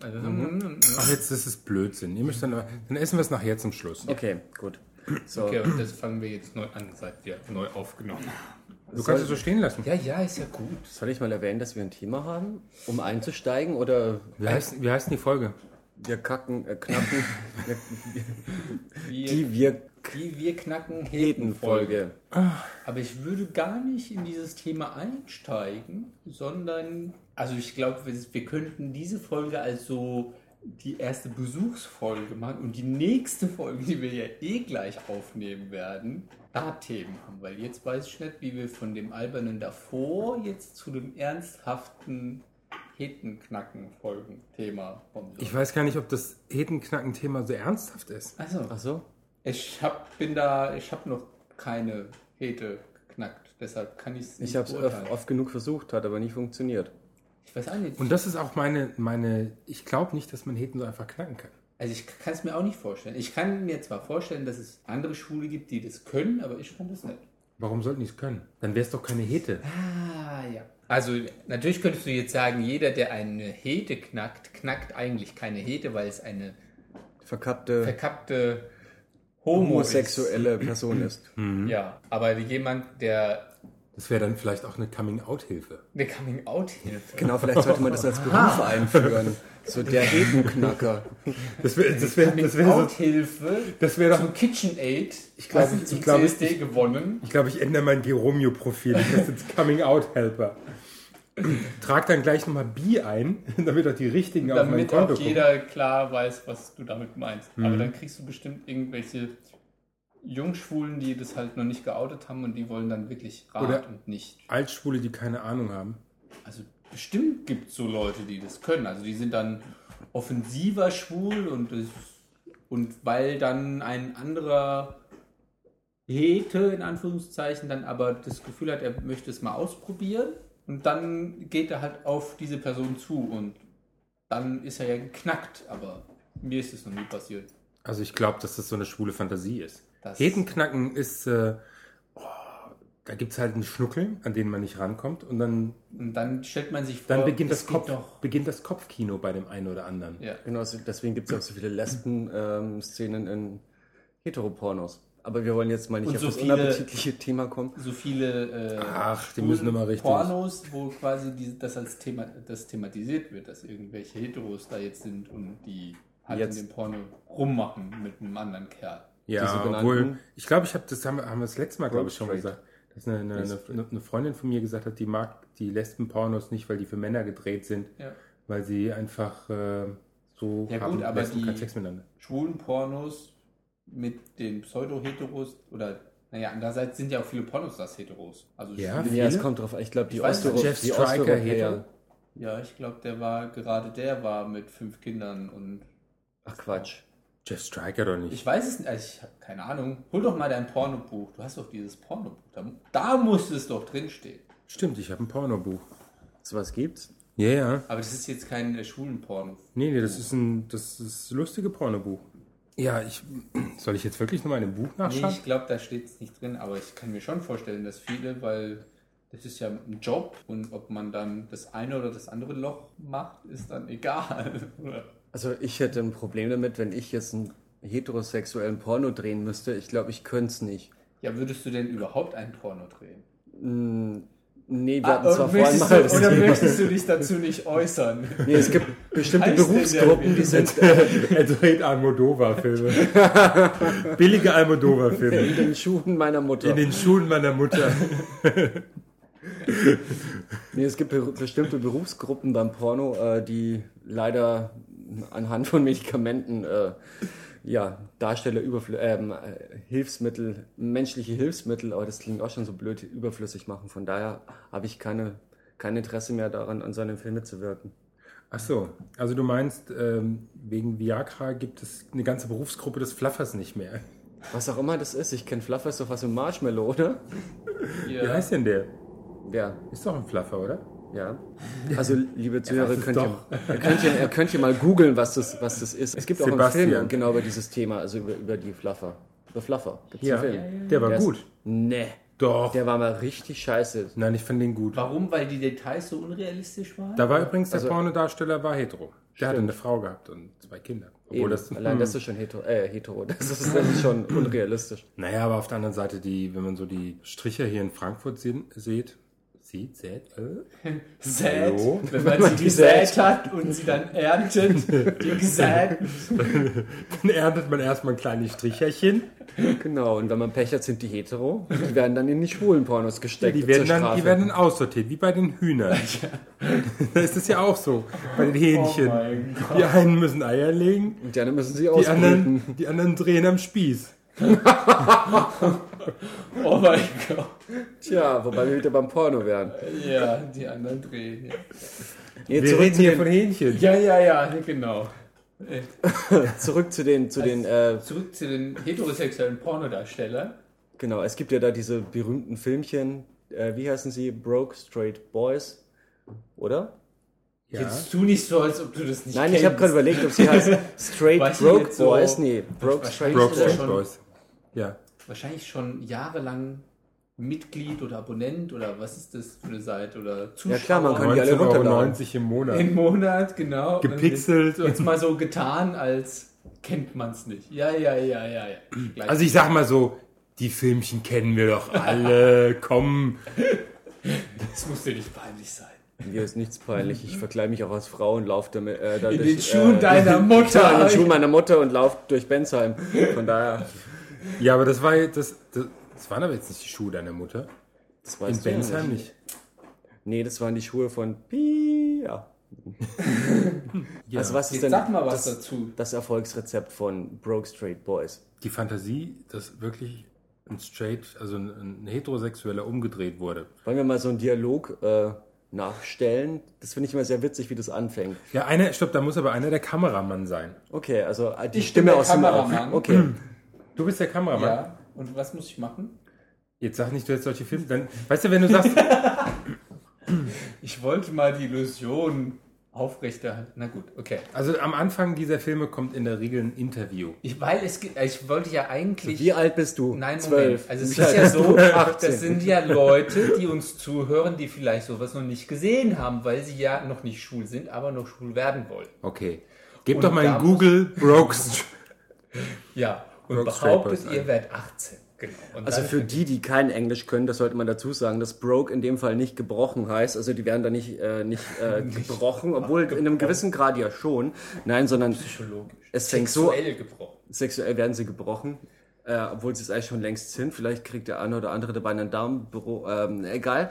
[SPEAKER 7] also, mm, mm, mm.
[SPEAKER 2] Ach, jetzt das ist Blödsinn. Ihr müsst dann, dann essen wir es nachher zum Schluss.
[SPEAKER 4] okay, gut. So,
[SPEAKER 7] Okay, und das fangen wir jetzt neu an, seit wir neu aufgenommen haben.
[SPEAKER 2] Du kannst es so stehen lassen.
[SPEAKER 7] Ja, ja, ist ja gut.
[SPEAKER 4] soll ich mal erwähnen, dass wir ein Thema haben, um einzusteigen? Oder
[SPEAKER 2] Wie heißt, wie heißt denn die Folge?
[SPEAKER 4] wir kacken, äh, knacken
[SPEAKER 7] Wir, die,
[SPEAKER 4] [LAUGHS] die wir
[SPEAKER 7] wir knacken Hetenfolge.
[SPEAKER 4] Hetenfolge.
[SPEAKER 7] Aber ich würde gar nicht in dieses Thema einsteigen, sondern, also ich glaube, wir, wir könnten diese Folge als so die erste Besuchsfolge machen und die nächste Folge, die wir ja eh gleich aufnehmen werden, da Themen haben. Weil jetzt weiß ich nicht, wie wir von dem albernen davor jetzt zu dem ernsthaften Hetenknacken-Folgen-Thema kommen. sollen.
[SPEAKER 2] Ich weiß gar nicht, ob das Hetenknacken-Thema so ernsthaft ist.
[SPEAKER 7] Also,
[SPEAKER 4] Achso,
[SPEAKER 7] ich hab, bin da, ich habe noch keine Hete geknackt, deshalb kann ich's nicht
[SPEAKER 4] ich habe es
[SPEAKER 7] beurteilen.
[SPEAKER 4] oft, oft genug versucht, hat aber nie funktioniert.
[SPEAKER 7] Ich weiß auch nicht.
[SPEAKER 2] Und das ist auch meine, meine ich glaube nicht, dass man Heten so einfach knacken kann.
[SPEAKER 7] Also ich kann es mir auch nicht vorstellen. Ich kann mir zwar vorstellen, dass es andere Schwule gibt, die das können, aber ich kann das nicht.
[SPEAKER 2] Warum sollten die es können? Dann wäre es doch keine Hete.
[SPEAKER 7] Ah ja. Also natürlich könntest du jetzt sagen, jeder, der eine Hete knackt, knackt eigentlich keine Hete, weil es eine
[SPEAKER 4] Verkappte
[SPEAKER 7] verkappte Homo
[SPEAKER 4] homosexuelle Person Oh, ist.
[SPEAKER 2] Mhm.
[SPEAKER 7] ist. Ja, aber jemand, der
[SPEAKER 2] Das wäre dann vielleicht auch eine Coming-out-Hilfe.
[SPEAKER 7] eine Coming-out-Hilfe.
[SPEAKER 4] Genau, vielleicht sollte man das als Beruf einführen. So der Hetenknacker.
[SPEAKER 2] Das wäre das wär, das wär so,
[SPEAKER 7] Out-Hilfe
[SPEAKER 2] das wär
[SPEAKER 7] zum
[SPEAKER 2] doch.
[SPEAKER 7] KitchenAid.
[SPEAKER 2] Ich glaube,
[SPEAKER 7] hast du
[SPEAKER 2] ich
[SPEAKER 7] zum
[SPEAKER 2] glaube,
[SPEAKER 7] CSD
[SPEAKER 2] ich-
[SPEAKER 7] gewonnen.
[SPEAKER 2] Ich glaube, ich ändere mein Geromeo-Profil. Ich heiße jetzt Coming-out-Helper. Trag dann gleich nochmal B ein, [LAUGHS] damit auch die richtigen auf mein Mhm.
[SPEAKER 7] Damit
[SPEAKER 2] Konto
[SPEAKER 7] auch
[SPEAKER 2] kommen.
[SPEAKER 7] jeder klar weiß, was du damit meinst. Aber dann kriegst du bestimmt irgendwelche Jungschwulen, die das halt noch nicht geoutet haben und die wollen dann wirklich Rat
[SPEAKER 2] Oder-
[SPEAKER 7] und nicht.
[SPEAKER 2] Altschwule, die keine Ahnung haben.
[SPEAKER 7] Also bestimmt gibt es so Leute, die das können. Also die sind dann offensiver schwul und, das- und weil dann ein anderer hätte, in Anführungszeichen, dann aber das Gefühl hat, er möchte es mal ausprobieren. Und dann geht er halt auf diese Person zu und dann ist er ja geknackt, aber mir ist es noch nie passiert.
[SPEAKER 2] Also ich glaube, dass das so eine schwule Fantasie ist.
[SPEAKER 7] Das-
[SPEAKER 2] Hetenknacken ist, äh, oh, da gibt es halt einen Schnuckel, an den man nicht rankommt und dann,
[SPEAKER 7] Und dann stellt man sich vor,
[SPEAKER 2] dann beginnt, das
[SPEAKER 7] geht
[SPEAKER 2] Kopf,
[SPEAKER 7] doch.
[SPEAKER 2] beginnt das Kopfkino bei dem einen oder anderen.
[SPEAKER 7] Ja.
[SPEAKER 4] Genau, so- deswegen gibt es auch so viele Lesben-Szenen in Heteropornos. Aber wir wollen jetzt mal nicht
[SPEAKER 7] Und
[SPEAKER 4] auf
[SPEAKER 7] so
[SPEAKER 4] das
[SPEAKER 7] viele-
[SPEAKER 4] unappetitliche Thema kommen.
[SPEAKER 7] So viele äh,
[SPEAKER 2] Ach, die müssen immer richtig.
[SPEAKER 7] Pornos, wo quasi die, das als Thema das thematisiert wird, dass irgendwelche Heteros da jetzt sind und die halt
[SPEAKER 4] Jetzt.
[SPEAKER 7] in dem Porno rummachen mit einem anderen Kerl.
[SPEAKER 4] Die
[SPEAKER 2] Ja,
[SPEAKER 4] sogenannten-
[SPEAKER 2] obwohl, ich glaube, ich habe das haben, wir- haben wir das letzte Mal, glaube ich, schon
[SPEAKER 4] Road
[SPEAKER 2] gesagt, dass eine, eine, eine, eine Freundin von mir gesagt hat, die mag die Lesben-Pornos nicht, weil die für Männer gedreht sind,
[SPEAKER 7] Ja.
[SPEAKER 2] weil sie einfach äh, so
[SPEAKER 7] Ja, gut, aber
[SPEAKER 2] Lesben keinen
[SPEAKER 7] die-
[SPEAKER 2] Sex miteinander.
[SPEAKER 7] schwulen Pornos mit den Pseudo-Heteros oder naja, andererseits sind ja auch viele Pornos das Heteros. Also
[SPEAKER 2] Ja,
[SPEAKER 7] viele-
[SPEAKER 4] Ja, es kommt drauf an. Ich glaube, die,
[SPEAKER 7] Ich weiß
[SPEAKER 4] Osteuropa-
[SPEAKER 7] nicht.
[SPEAKER 2] Jeff
[SPEAKER 4] die
[SPEAKER 2] Stryker,
[SPEAKER 4] Osteuropäer.
[SPEAKER 2] Hetero.
[SPEAKER 7] ja ich glaube, der war gerade der war mit fünf Kindern und
[SPEAKER 4] Ach Quatsch.
[SPEAKER 2] Jeff Striker doch nicht.
[SPEAKER 7] ich weiß es nicht, also ich habe keine Ahnung. Hol doch mal dein Pornobuch. Du hast doch dieses Pornobuch. Da, da muss es doch drinstehen.
[SPEAKER 2] Stimmt, ich habe ein Pornobuch.
[SPEAKER 4] Sowas gibt's?
[SPEAKER 2] Ja, ja.
[SPEAKER 7] Aber das ist jetzt kein äh, schwulen Porno.
[SPEAKER 2] Nee, nee, das ist ein das ist ein lustige Pornobuch. Ja, ich [CLEARS THROAT] soll ich jetzt wirklich nochmal in dem Buch
[SPEAKER 7] Nee,
[SPEAKER 2] nachschauen?
[SPEAKER 7] ich glaube, da steht es nicht drin, aber ich kann mir schon vorstellen, dass viele, weil das ist ja ein Job und ob man dann das eine oder das andere Loch macht, ist dann egal. [LAUGHS] oder?
[SPEAKER 4] Also ich hätte ein Problem damit, wenn ich jetzt einen heterosexuellen Porno drehen müsste. Ich glaube, ich könnte es nicht.
[SPEAKER 7] Ja, würdest du denn überhaupt einen Porno drehen?
[SPEAKER 4] Nee, wir
[SPEAKER 7] Ah,
[SPEAKER 4] hatten zwar
[SPEAKER 7] und
[SPEAKER 4] vorhin
[SPEAKER 7] möchtest
[SPEAKER 4] mal das
[SPEAKER 7] du, [LAUGHS] oder
[SPEAKER 4] Thema.
[SPEAKER 7] möchtest du dich dazu nicht äußern?
[SPEAKER 4] Nee, es gibt bestimmte
[SPEAKER 7] Heißt denn der
[SPEAKER 4] Berufsgruppen, die sind äh,
[SPEAKER 2] er dreht [LAUGHS] Almodovar-Filme. Billige Almodovar-Filme.
[SPEAKER 4] in den Schuhen meiner Mutter.
[SPEAKER 2] In den Schuhen meiner Mutter.
[SPEAKER 4] Nee, es gibt be- bestimmte Berufsgruppen beim Porno, äh, die leider anhand von Medikamenten äh, ja, Darsteller, überfl- ähm, äh, Hilfsmittel, menschliche Hilfsmittel, aber das klingt auch schon so blöd, überflüssig machen. Von daher habe ich keine, kein Interesse mehr daran, an seinem Film mitzuwirken.
[SPEAKER 2] Ach so, also du meinst, ähm, wegen Viagra gibt es eine ganze Berufsgruppe des Flaffers nicht mehr.
[SPEAKER 4] Was auch immer das ist, ich kenne Fluffer ist doch was mit Marshmallow, oder?
[SPEAKER 2] Wie heißt denn der?
[SPEAKER 4] Ja,
[SPEAKER 2] Ist doch ein Flaffer, oder? [LAUGHS]
[SPEAKER 4] ja. Also, liebe Zuhörer,
[SPEAKER 2] es
[SPEAKER 4] könnt ihr,
[SPEAKER 2] doch.
[SPEAKER 4] ihr, könnt ihr, ihr könnt ihr mal googeln, was das, was das ist. Es gibt auch einen Film
[SPEAKER 2] Sebastian.
[SPEAKER 4] genau über dieses Thema, also über, über die Fluffer. The Fluffer. Gibt's
[SPEAKER 2] Ja,
[SPEAKER 4] einen Film.
[SPEAKER 2] der war
[SPEAKER 4] Der ist-
[SPEAKER 2] gut.
[SPEAKER 4] Nee,
[SPEAKER 2] Doch.
[SPEAKER 4] der war mal richtig scheiße.
[SPEAKER 2] Nein, ich fand den gut.
[SPEAKER 7] [LAUGHS] Warum? Weil die Details so unrealistisch waren?
[SPEAKER 2] Da war übrigens der
[SPEAKER 4] Also-
[SPEAKER 2] Pornodarsteller war hetero. Der hatte eine Frau gehabt und zwei Kinder. Obwohl
[SPEAKER 4] Eben.
[SPEAKER 2] Oh, das, hm.
[SPEAKER 4] Allein das ist schon hetero. Äh, hetero. Das ist, das ist schon unrealistisch.
[SPEAKER 2] Naja, aber auf der anderen Seite, die, wenn man so die Stricher hier in Frankfurt sehen, sieht, sieht, seht, äh, [LAUGHS]
[SPEAKER 7] Sät,
[SPEAKER 2] Hallo?
[SPEAKER 7] wenn man sie gesät hat und sie dann erntet, die gesät.
[SPEAKER 2] dann erntet man erstmal ein kleines Stricherchen.
[SPEAKER 4] Genau, und wenn man Pech hat, sind die hetero. Die werden dann in die schwulen Pornos gesteckt.
[SPEAKER 2] Die werden,
[SPEAKER 4] zur
[SPEAKER 2] dann, die
[SPEAKER 4] Strafe.
[SPEAKER 2] werden dann aussortiert, wie bei den Hühnern. da ist es ja auch so, bei den Hähnchen. die einen müssen Eier legen,
[SPEAKER 4] und die anderen müssen sie
[SPEAKER 2] die
[SPEAKER 4] ausbluten.
[SPEAKER 2] anderen, die anderen drehen am Spieß.
[SPEAKER 7] Oh mein Gott.
[SPEAKER 4] Tja, wobei wir wieder beim Porno wären.
[SPEAKER 7] Ja, die anderen drehen.
[SPEAKER 4] Nee,
[SPEAKER 2] Wir
[SPEAKER 4] zurück,
[SPEAKER 2] reden
[SPEAKER 4] zu
[SPEAKER 2] hier von
[SPEAKER 4] den,
[SPEAKER 2] Hähnchen.
[SPEAKER 7] Ja, ja, ja, ja, genau.
[SPEAKER 4] zurück zu den, zu den äh,
[SPEAKER 7] Zurück zu den heterosexuellen Pornodarstellern.
[SPEAKER 4] genau, es gibt ja da diese berühmten Filmchen, äh, wie heißen sie? Broke Straight Boys, oder?
[SPEAKER 7] Jetzt tu nicht so, als ob du das nicht
[SPEAKER 4] Nein,
[SPEAKER 7] kennst.
[SPEAKER 4] ich habe gerade überlegt, ob
[SPEAKER 7] [LAUGHS]
[SPEAKER 4] sie heißt Straight
[SPEAKER 7] Weiß ich
[SPEAKER 4] Broke
[SPEAKER 7] jetzt so-
[SPEAKER 4] Boys. Nee, Broke
[SPEAKER 7] Wahrscheinlich
[SPEAKER 4] Straight
[SPEAKER 7] ist er
[SPEAKER 2] Broke Street
[SPEAKER 7] schon-
[SPEAKER 2] Boys. Ja.
[SPEAKER 7] wahrscheinlich schon jahrelang Mitglied oder Abonnent oder was ist das für eine Seite oder Zuschauer.
[SPEAKER 4] Ja, klar, man kann die alle
[SPEAKER 2] 19,90
[SPEAKER 4] runterladen.
[SPEAKER 2] Euro im Monat.
[SPEAKER 7] Im Monat, genau.
[SPEAKER 2] Gepixelt
[SPEAKER 7] Und jetzt
[SPEAKER 2] und
[SPEAKER 7] mal so getan, als kennt man es nicht. Ja, ja, ja, ja, ja. Gleich.
[SPEAKER 2] Also ich sag mal so, die Filmchen kennen wir doch alle. Komm.
[SPEAKER 7] das muss dir nicht peinlich sein.
[SPEAKER 4] Mir ist nichts peinlich. Ich verkleide mich auch als Frau und laufe damit. Äh, dadurch,
[SPEAKER 7] In den Schuhen
[SPEAKER 4] äh,
[SPEAKER 7] deiner
[SPEAKER 4] In den Schuhen
[SPEAKER 7] Mutter.
[SPEAKER 4] meiner Mutter und laufe durch Bensheim. Von daher.
[SPEAKER 2] Ja, aber das war jetzt- das, das, das waren aber jetzt nicht die Schuhe deiner Mutter.
[SPEAKER 4] Das
[SPEAKER 2] In
[SPEAKER 4] weißt du ja
[SPEAKER 2] Bensheim nicht.
[SPEAKER 4] Nee, das waren die Schuhe von
[SPEAKER 7] [LAUGHS]
[SPEAKER 4] Pia.
[SPEAKER 2] Ja.
[SPEAKER 4] Also, was ist
[SPEAKER 7] Jetzt
[SPEAKER 4] denn
[SPEAKER 7] sag mal was
[SPEAKER 4] das,
[SPEAKER 7] dazu.
[SPEAKER 4] das Erfolgsrezept von Broke Straight Boys?
[SPEAKER 2] Die Fantasie, dass wirklich ein straight, also ein, ein heterosexueller umgedreht wurde.
[SPEAKER 4] Wollen wir mal so einen Dialog äh, nachstellen? Das finde ich immer sehr witzig, wie das anfängt.
[SPEAKER 2] Ja, einer, stopp, da muss aber einer der Kameramann sein.
[SPEAKER 4] Okay, also äh, die
[SPEAKER 7] Ich bin
[SPEAKER 4] Stimme
[SPEAKER 7] der
[SPEAKER 4] aus dem Off.
[SPEAKER 7] Kameramann.
[SPEAKER 4] Okay.
[SPEAKER 2] Du bist der Kameramann.
[SPEAKER 7] Ja. Und was muss ich machen?
[SPEAKER 2] Jetzt sag nicht, du hättest solche Filme. Dann, weißt du, wenn du sagst,
[SPEAKER 4] [LAUGHS]
[SPEAKER 7] Ich wollte mal die Illusion aufrechterhalten. Na gut, okay.
[SPEAKER 2] also am Anfang dieser Filme kommt in der Regel ein Interview.
[SPEAKER 7] Ich, weil es gibt, ich wollte ja eigentlich.
[SPEAKER 4] Wie alt bist du?
[SPEAKER 7] Nein,
[SPEAKER 4] Zwölf. [LAUGHS]
[SPEAKER 7] Moment. Also es ist
[SPEAKER 4] Wie alt
[SPEAKER 7] ja
[SPEAKER 4] bist du?
[SPEAKER 7] so, das sind ja Leute, die uns zuhören, die vielleicht sowas noch nicht gesehen haben, weil sie ja noch nicht schwul sind, aber noch schwul werden wollen.
[SPEAKER 2] Okay. Gib
[SPEAKER 7] Und
[SPEAKER 2] doch mal in
[SPEAKER 7] da
[SPEAKER 2] Google
[SPEAKER 4] [LAUGHS]
[SPEAKER 2] Brokes.
[SPEAKER 7] Ja. Und
[SPEAKER 2] Rock
[SPEAKER 7] behauptet,
[SPEAKER 2] Scrapers,
[SPEAKER 7] ihr
[SPEAKER 2] ein.
[SPEAKER 7] werdet 18. Genau. Und
[SPEAKER 4] Also
[SPEAKER 7] dann-
[SPEAKER 4] für die, die kein Englisch können, das sollte man dazu sagen, dass broke in dem Fall nicht gebrochen heißt. Also die werden da nicht, äh, nicht,
[SPEAKER 7] [LAUGHS]
[SPEAKER 4] äh, gebrochen, obwohl in einem gewissen Grad ja schon. Nein, sondern
[SPEAKER 7] psychologisch.
[SPEAKER 4] es fängt so
[SPEAKER 7] Sexuell gebrochen.
[SPEAKER 4] sexuell werden sie gebrochen. Äh, obwohl sie es eigentlich schon längst sind. Vielleicht kriegt der eine oder andere dabei einen Darmbüro. Ähm, egal.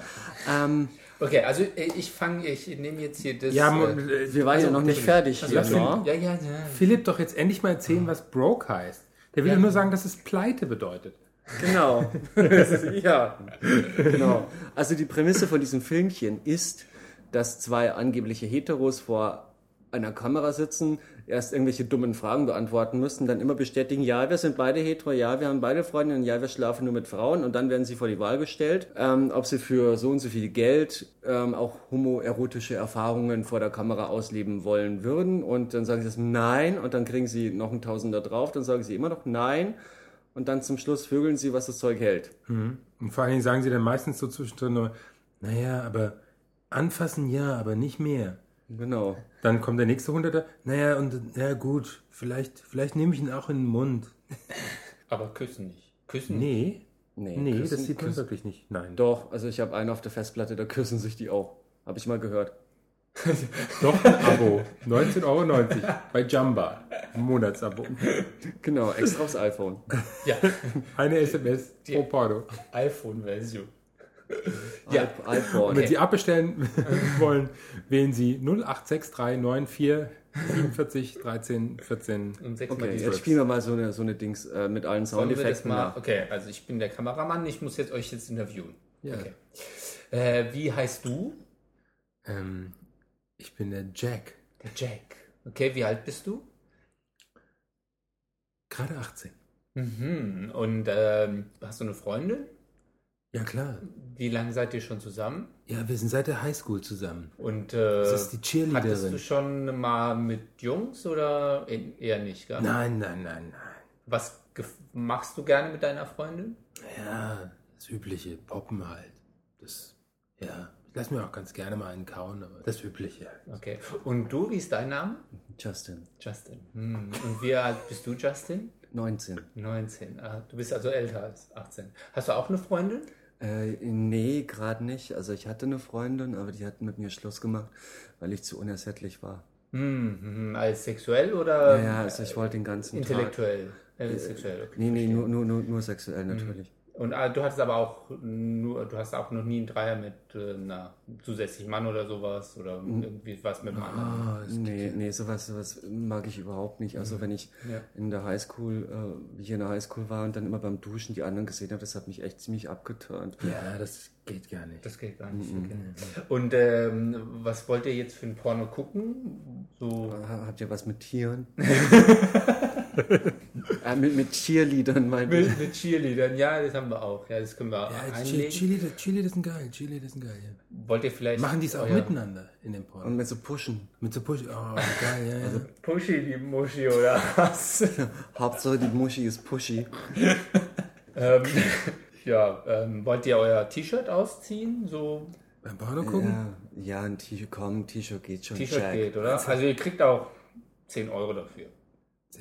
[SPEAKER 4] Ähm,
[SPEAKER 7] Okay, also äh, ich fange, ich nehme jetzt hier das.
[SPEAKER 2] Ja,
[SPEAKER 7] äh,
[SPEAKER 2] Mo- äh,
[SPEAKER 4] wir waren ja noch nicht fertig
[SPEAKER 7] Also,
[SPEAKER 4] hier.
[SPEAKER 2] lass ihn-
[SPEAKER 4] ne?
[SPEAKER 7] ja, ja, ja.
[SPEAKER 2] Philipp doch jetzt endlich mal erzählen, was Broke heißt. Der will doch nur sagen, dass es Pleite bedeutet.
[SPEAKER 4] Genau. ja. Genau. Also die Prämisse von diesem Filmchen ist, dass zwei angebliche Heteros vor einer Kamera sitzen, erst irgendwelche dummen Fragen beantworten müssen, dann immer bestätigen, ja, wir sind beide hetero, ja, wir haben beide Freundinnen, ja, wir schlafen nur mit Frauen und dann werden sie vor die Wahl gestellt, ähm, ob sie für so und so viel Geld ähm, auch homoerotische Erfahrungen vor der Kamera ausleben wollen würden und dann sagen sie das nein und dann kriegen sie noch ein Tausender drauf, dann sagen sie immer noch nein und dann zum Schluss vögeln sie, was das Zeug hält.
[SPEAKER 2] Und vor allen Dingen sagen sie dann meistens so zwischendrin nur, naja, aber anfassen ja, aber nicht mehr.
[SPEAKER 4] Genau.
[SPEAKER 2] Dann kommt der nächste Hunderter, naja, und ja gut, vielleicht, vielleicht nehme ich ihn auch in den Mund.
[SPEAKER 7] Aber küssen nicht. Küssen nicht.
[SPEAKER 2] Nee,
[SPEAKER 4] Nee.
[SPEAKER 2] nee,
[SPEAKER 4] küssen-
[SPEAKER 2] das sieht man
[SPEAKER 4] küssen-
[SPEAKER 2] wirklich nicht. Nein.
[SPEAKER 4] Doch, also ich habe einen auf der Festplatte, da küssen sich die auch. Habe ich mal gehört.
[SPEAKER 2] Doch ein Abo. 19,90 Euro bei Jamba. Ein Monatsabo.
[SPEAKER 4] Genau, extra aufs iPhone.
[SPEAKER 7] Ja,
[SPEAKER 2] Eine SMS pro Porto.
[SPEAKER 7] iPhone-Version.
[SPEAKER 4] Ja, iPhone.
[SPEAKER 2] Wenn Sie abbestellen [LAUGHS] wollen, wählen Sie 086394 47 13 14.
[SPEAKER 7] Und sechsmal
[SPEAKER 4] Okay,
[SPEAKER 7] um die
[SPEAKER 4] jetzt spielen wir mal so eine, so eine Dings äh, mit allen
[SPEAKER 7] Sollen wir das
[SPEAKER 4] Soundeffekten
[SPEAKER 7] mal?
[SPEAKER 4] nach.
[SPEAKER 7] Okay, also ich bin der Kameramann, ich muss jetzt euch jetzt interviewen. Okay. Äh, wie heißt du?
[SPEAKER 2] Ähm, ich bin der Jack.
[SPEAKER 7] Der Jack. Okay, wie alt bist du?
[SPEAKER 2] Gerade 18.
[SPEAKER 7] Mhm. Und ähm, hast du eine Freundin?
[SPEAKER 2] Ja, klar.
[SPEAKER 7] Wie lange seid ihr schon zusammen?
[SPEAKER 2] Ja, wir sind seit der Highschool zusammen.
[SPEAKER 7] Und äh,
[SPEAKER 2] Das ist die Cheerleaderin.
[SPEAKER 7] hattest du schon mal mit Jungs oder e- eher nicht? Gell?
[SPEAKER 2] Nein, nein, nein, nein.
[SPEAKER 7] Was gef- machst du gerne mit deiner Freundin?
[SPEAKER 2] Ja, das übliche Poppen halt. Das, ja. Ich lass mir auch ganz gerne mal einen kauen, aber das übliche.
[SPEAKER 7] Okay. Und du, wie ist dein Name?
[SPEAKER 4] Justin,
[SPEAKER 7] Justin. Hm. Und wie alt bist du, Justin?
[SPEAKER 4] 19.
[SPEAKER 7] 19. Ah, du bist also älter als 18. Hast du auch eine Freundin?
[SPEAKER 4] Äh, nee, gerade nicht. Also ich hatte eine Freundin, aber die hat mit mir Schluss gemacht, weil ich zu unersättlich war.
[SPEAKER 7] Hm, hm, als sexuell oder
[SPEAKER 4] Naja, also ich wollte den ganzen Tag...
[SPEAKER 7] intellektuell? Äh, sexuell. okay.
[SPEAKER 4] Nee, nee, nur, nur, nur, nur sexuell natürlich.
[SPEAKER 7] Und ah, du hattest aber auch nur, du hast auch noch nie einen Dreier mit äh, einer zusätzlichen Mann oder sowas oder irgendwie was mit einem anderen.
[SPEAKER 2] ah.
[SPEAKER 4] Nee, nee, sowas, sowas mag ich überhaupt nicht.
[SPEAKER 2] Mhm.
[SPEAKER 4] Also wenn ich
[SPEAKER 7] Ja.
[SPEAKER 4] in der Highschool, äh, hier in der Highschool war und dann immer beim Duschen die anderen gesehen habe, das hat mich echt ziemlich abgeturnt.
[SPEAKER 2] Ja, das geht gar nicht.
[SPEAKER 7] Das geht gar nicht. Okay. Und ähm, was wollt ihr jetzt für ein Porno gucken? So,
[SPEAKER 4] Ha- Habt ihr was
[SPEAKER 2] [LAUGHS]
[SPEAKER 4] mit Tieren? äh, mit, mit Cheerleadern meint
[SPEAKER 7] mit, mit Cheerleadern, ja, das haben wir auch. Ja, das können wir
[SPEAKER 2] Äh. Ja, Äh, Chili,
[SPEAKER 7] einlegen.
[SPEAKER 2] Chili, das- Chili, das ist ein geil. Chili, das ist ein geil. Ja.
[SPEAKER 7] Wollt ihr vielleicht.
[SPEAKER 2] Machen die es auch
[SPEAKER 7] euer-
[SPEAKER 2] miteinander in dem Porno?
[SPEAKER 4] Und mit so Pushen.
[SPEAKER 2] mit so Push. Oh, geil, ja, ja.
[SPEAKER 7] Pushy, die Muschi, oder was?
[SPEAKER 4] Hauptsache die Muschi ist pushy.
[SPEAKER 7] ähm, [LAUGHS] ja, ähm, wollt ihr euer T-Shirt ausziehen? So
[SPEAKER 2] Beim Porno gucken?
[SPEAKER 4] Ja, ja ein T-Shirt, komm, ein T-Shirt geht schon.
[SPEAKER 7] T-Shirt
[SPEAKER 4] Jack.
[SPEAKER 7] geht, oder? Also ihr kriegt auch 10 Euro dafür.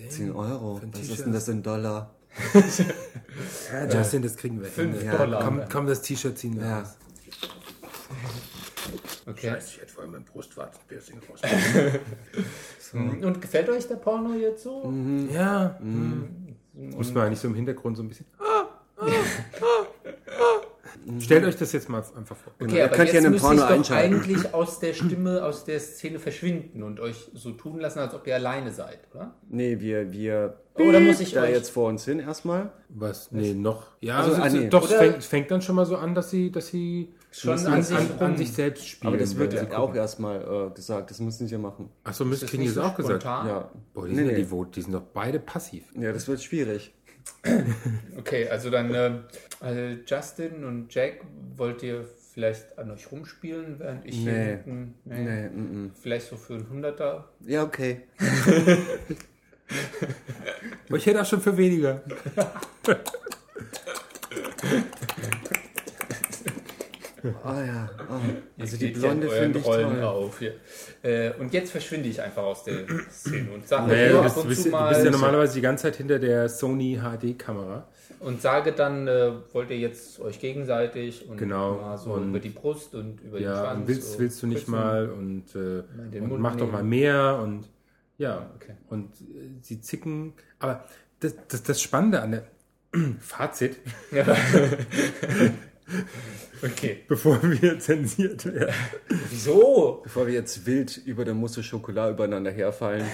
[SPEAKER 4] 10 Euro.
[SPEAKER 2] ein
[SPEAKER 4] Was
[SPEAKER 2] T-Shirt.
[SPEAKER 4] ist denn das in Dollar?
[SPEAKER 2] [LAUGHS] Ja, Justin, das kriegen wir.
[SPEAKER 7] Fünf
[SPEAKER 2] hin.
[SPEAKER 7] Dollar.
[SPEAKER 2] Komm, komm, das T-Shirt ziehen wir
[SPEAKER 4] Ja.
[SPEAKER 2] aus.
[SPEAKER 7] Okay.
[SPEAKER 2] Ich hätte vor allem mein Brustwarzenpiercing raus.
[SPEAKER 7] Mhm. Und gefällt euch der Porno jetzt
[SPEAKER 2] [LAUGHS]
[SPEAKER 7] so?
[SPEAKER 4] Genau.
[SPEAKER 2] ja. Mhm. Muss man eigentlich so im Hintergrund so ein bisschen. Ah, Stellt euch das jetzt mal einfach vor. Genau.
[SPEAKER 7] Okay,
[SPEAKER 4] ihr
[SPEAKER 7] aber
[SPEAKER 4] könnt
[SPEAKER 7] jetzt
[SPEAKER 4] ja in den
[SPEAKER 7] müsst
[SPEAKER 4] Porno
[SPEAKER 7] ihr doch
[SPEAKER 4] einschalten.
[SPEAKER 7] eigentlich aus der Stimme, aus der Szene verschwinden und euch so tun lassen, als ob ihr alleine seid, oder?
[SPEAKER 4] Nee, wir, wir.
[SPEAKER 7] Oder muss ich
[SPEAKER 4] da
[SPEAKER 7] euch-
[SPEAKER 4] jetzt vor uns hin erstmal?
[SPEAKER 2] Was? Nee, noch. Ja,
[SPEAKER 4] Also,
[SPEAKER 2] also,
[SPEAKER 4] ah, nee.
[SPEAKER 2] doch, es
[SPEAKER 7] Oder-
[SPEAKER 2] fängt, es fängt dann schon mal so an, dass sie, dass sie
[SPEAKER 7] Schon
[SPEAKER 2] an,
[SPEAKER 7] an
[SPEAKER 2] an,
[SPEAKER 7] sich
[SPEAKER 2] an,
[SPEAKER 7] rum.
[SPEAKER 2] sich selbst spielen.
[SPEAKER 4] Aber das
[SPEAKER 2] wenn
[SPEAKER 4] wird
[SPEAKER 2] sie
[SPEAKER 4] ja
[SPEAKER 2] gucken.
[SPEAKER 4] auch erstmal äh, gesagt, das müssen sie ja machen.
[SPEAKER 2] Achso, Miss
[SPEAKER 7] das
[SPEAKER 2] King ist
[SPEAKER 7] so
[SPEAKER 2] auch gesagt.
[SPEAKER 7] spontan?
[SPEAKER 4] Ja.
[SPEAKER 2] Boah, die
[SPEAKER 4] Nee,
[SPEAKER 2] sind ja
[SPEAKER 4] nee.
[SPEAKER 2] die Vot, die sind doch beide passiv.
[SPEAKER 4] Ja, das wird schwierig.
[SPEAKER 7] Okay, also dann äh, also Justin und Jack, wollt ihr vielleicht an euch rumspielen, während ich hier
[SPEAKER 4] Nee.
[SPEAKER 7] hinten...
[SPEAKER 4] Nee, mm, mm.
[SPEAKER 7] Vielleicht so für einen Hunderter.
[SPEAKER 4] Ja, okay.
[SPEAKER 2] Aber ich hätte auch schon für weniger.
[SPEAKER 4] Oh ja. Oh. Also die
[SPEAKER 7] Ihr geht
[SPEAKER 4] Blonde
[SPEAKER 7] ja in euren
[SPEAKER 4] finde ich
[SPEAKER 7] Rollen
[SPEAKER 4] toll.
[SPEAKER 7] Auf hier. Äh, und jetzt verschwinde ich einfach aus der Szene und sage
[SPEAKER 2] Naja,
[SPEAKER 7] nur
[SPEAKER 2] du,
[SPEAKER 7] ab
[SPEAKER 2] bist, du,
[SPEAKER 7] und
[SPEAKER 2] bist,
[SPEAKER 7] zu
[SPEAKER 2] du bist ja
[SPEAKER 7] mal
[SPEAKER 2] normalerweise die ganze Zeit hinter der Sony HD-Kamera.
[SPEAKER 7] und sage dann, äh, wollt ihr jetzt euch gegenseitig und
[SPEAKER 2] Genau.
[SPEAKER 7] mal so
[SPEAKER 2] Und-
[SPEAKER 7] über die Brust und über den
[SPEAKER 2] Ja,
[SPEAKER 7] Schwanz.
[SPEAKER 2] und willst,
[SPEAKER 7] so
[SPEAKER 2] willst du nicht
[SPEAKER 7] küssen?
[SPEAKER 2] mal und, äh,
[SPEAKER 7] Mal den
[SPEAKER 2] und
[SPEAKER 7] Mund
[SPEAKER 2] mach doch mal
[SPEAKER 7] nehmen.
[SPEAKER 2] mehr und ja.
[SPEAKER 7] Okay.
[SPEAKER 2] Und äh, sie zicken. Aber das, das, das Spannende an der [CLEARS THROAT] Fazit, [LAUGHS]
[SPEAKER 7] Okay.
[SPEAKER 2] bevor wir zensiert werden.
[SPEAKER 7] Wieso?
[SPEAKER 4] Bevor wir jetzt wild über der Musse Schokolade übereinander herfallen.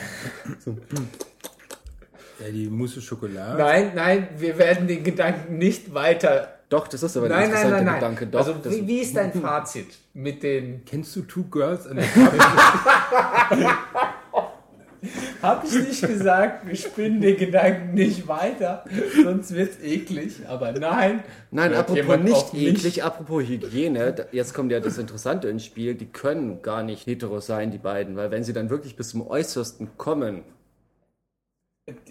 [SPEAKER 2] Ja, die Mousse Schokolade.
[SPEAKER 7] Nein, nein, wir werden den Gedanken nicht weiter.
[SPEAKER 4] Doch, das ist aber ein
[SPEAKER 7] Nein, nein,
[SPEAKER 4] interessanter
[SPEAKER 7] nein, nein.
[SPEAKER 4] Gedanke. Doch,
[SPEAKER 7] also,
[SPEAKER 4] das,
[SPEAKER 7] wie, wie
[SPEAKER 2] [LAUGHS]
[SPEAKER 7] ist dein Fazit mit den.
[SPEAKER 2] Kennst du Two Girls
[SPEAKER 7] [LAUGHS]
[SPEAKER 2] and a Cup?
[SPEAKER 7] Hab ich nicht gesagt, wir spinnen den Gedanken nicht weiter, sonst wird's eklig, aber nein.
[SPEAKER 4] Nein,
[SPEAKER 7] Hört
[SPEAKER 4] apropos
[SPEAKER 7] jemand auf
[SPEAKER 4] nicht
[SPEAKER 7] mich?
[SPEAKER 4] eklig, apropos Hygiene, da- jetzt kommt ja das Interessante ins Spiel, die können gar nicht hetero sein, die beiden, weil wenn sie dann wirklich bis zum Äußersten kommen,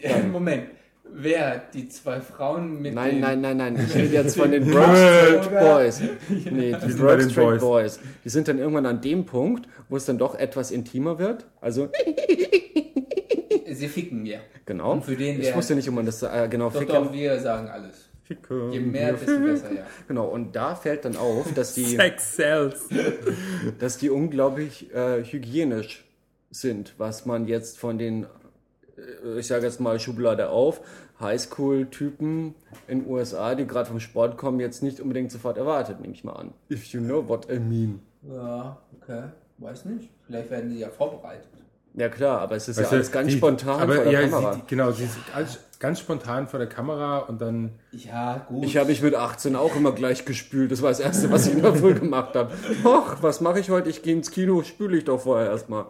[SPEAKER 7] Äh, Moment, wer? Die zwei Frauen mit
[SPEAKER 4] nein,
[SPEAKER 7] den...
[SPEAKER 4] nein, nein, nein, [LAUGHS] ich rede jetzt von den Broad Street Boys. Nee, die
[SPEAKER 2] sind bei
[SPEAKER 4] Broad
[SPEAKER 2] den
[SPEAKER 4] Street
[SPEAKER 2] Boys.
[SPEAKER 4] Boys, die sind dann irgendwann an dem Punkt, wo es dann doch etwas intimer wird, also,
[SPEAKER 7] Sie ficken, ja.
[SPEAKER 4] genau,
[SPEAKER 7] Und für den,
[SPEAKER 4] ich
[SPEAKER 7] der-
[SPEAKER 4] wusste nicht, ob man das, äh, genau,
[SPEAKER 7] Doch,
[SPEAKER 4] ficken-
[SPEAKER 7] doch, wir sagen alles. Je mehr, desto besser, ja.
[SPEAKER 4] genau, und da fällt dann auf, dass die,
[SPEAKER 2] Sex Cells.
[SPEAKER 4] dass die unglaublich äh, hygienisch sind, was man jetzt von den, äh, ich sage jetzt mal Schublade auf, Highschool-Typen in USA, die gerade vom Sport kommen, jetzt nicht unbedingt sofort erwartet, nehme ich mal an. If you know what I mean.
[SPEAKER 7] Ja, okay. Weiß nicht. Vielleicht werden sie ja vorbereitet.
[SPEAKER 4] Ja klar, aber es ist
[SPEAKER 2] Weißt
[SPEAKER 4] ja
[SPEAKER 2] du,
[SPEAKER 4] alles ganz
[SPEAKER 2] Also, die-
[SPEAKER 4] spontan
[SPEAKER 2] aber
[SPEAKER 4] vor der
[SPEAKER 2] ja,
[SPEAKER 4] Kamera.
[SPEAKER 2] Sie, genau, sie sind alles ganz spontan vor der Kamera und dann.
[SPEAKER 7] Ja, gut.
[SPEAKER 4] ich habe mich mit 18 auch immer gleich gespült. Das war das Erste, was ich [LAUGHS] in der Früh gemacht habe. Och, was mache ich heute? Ich gehe ins Kino, spüle ich doch vorher erstmal.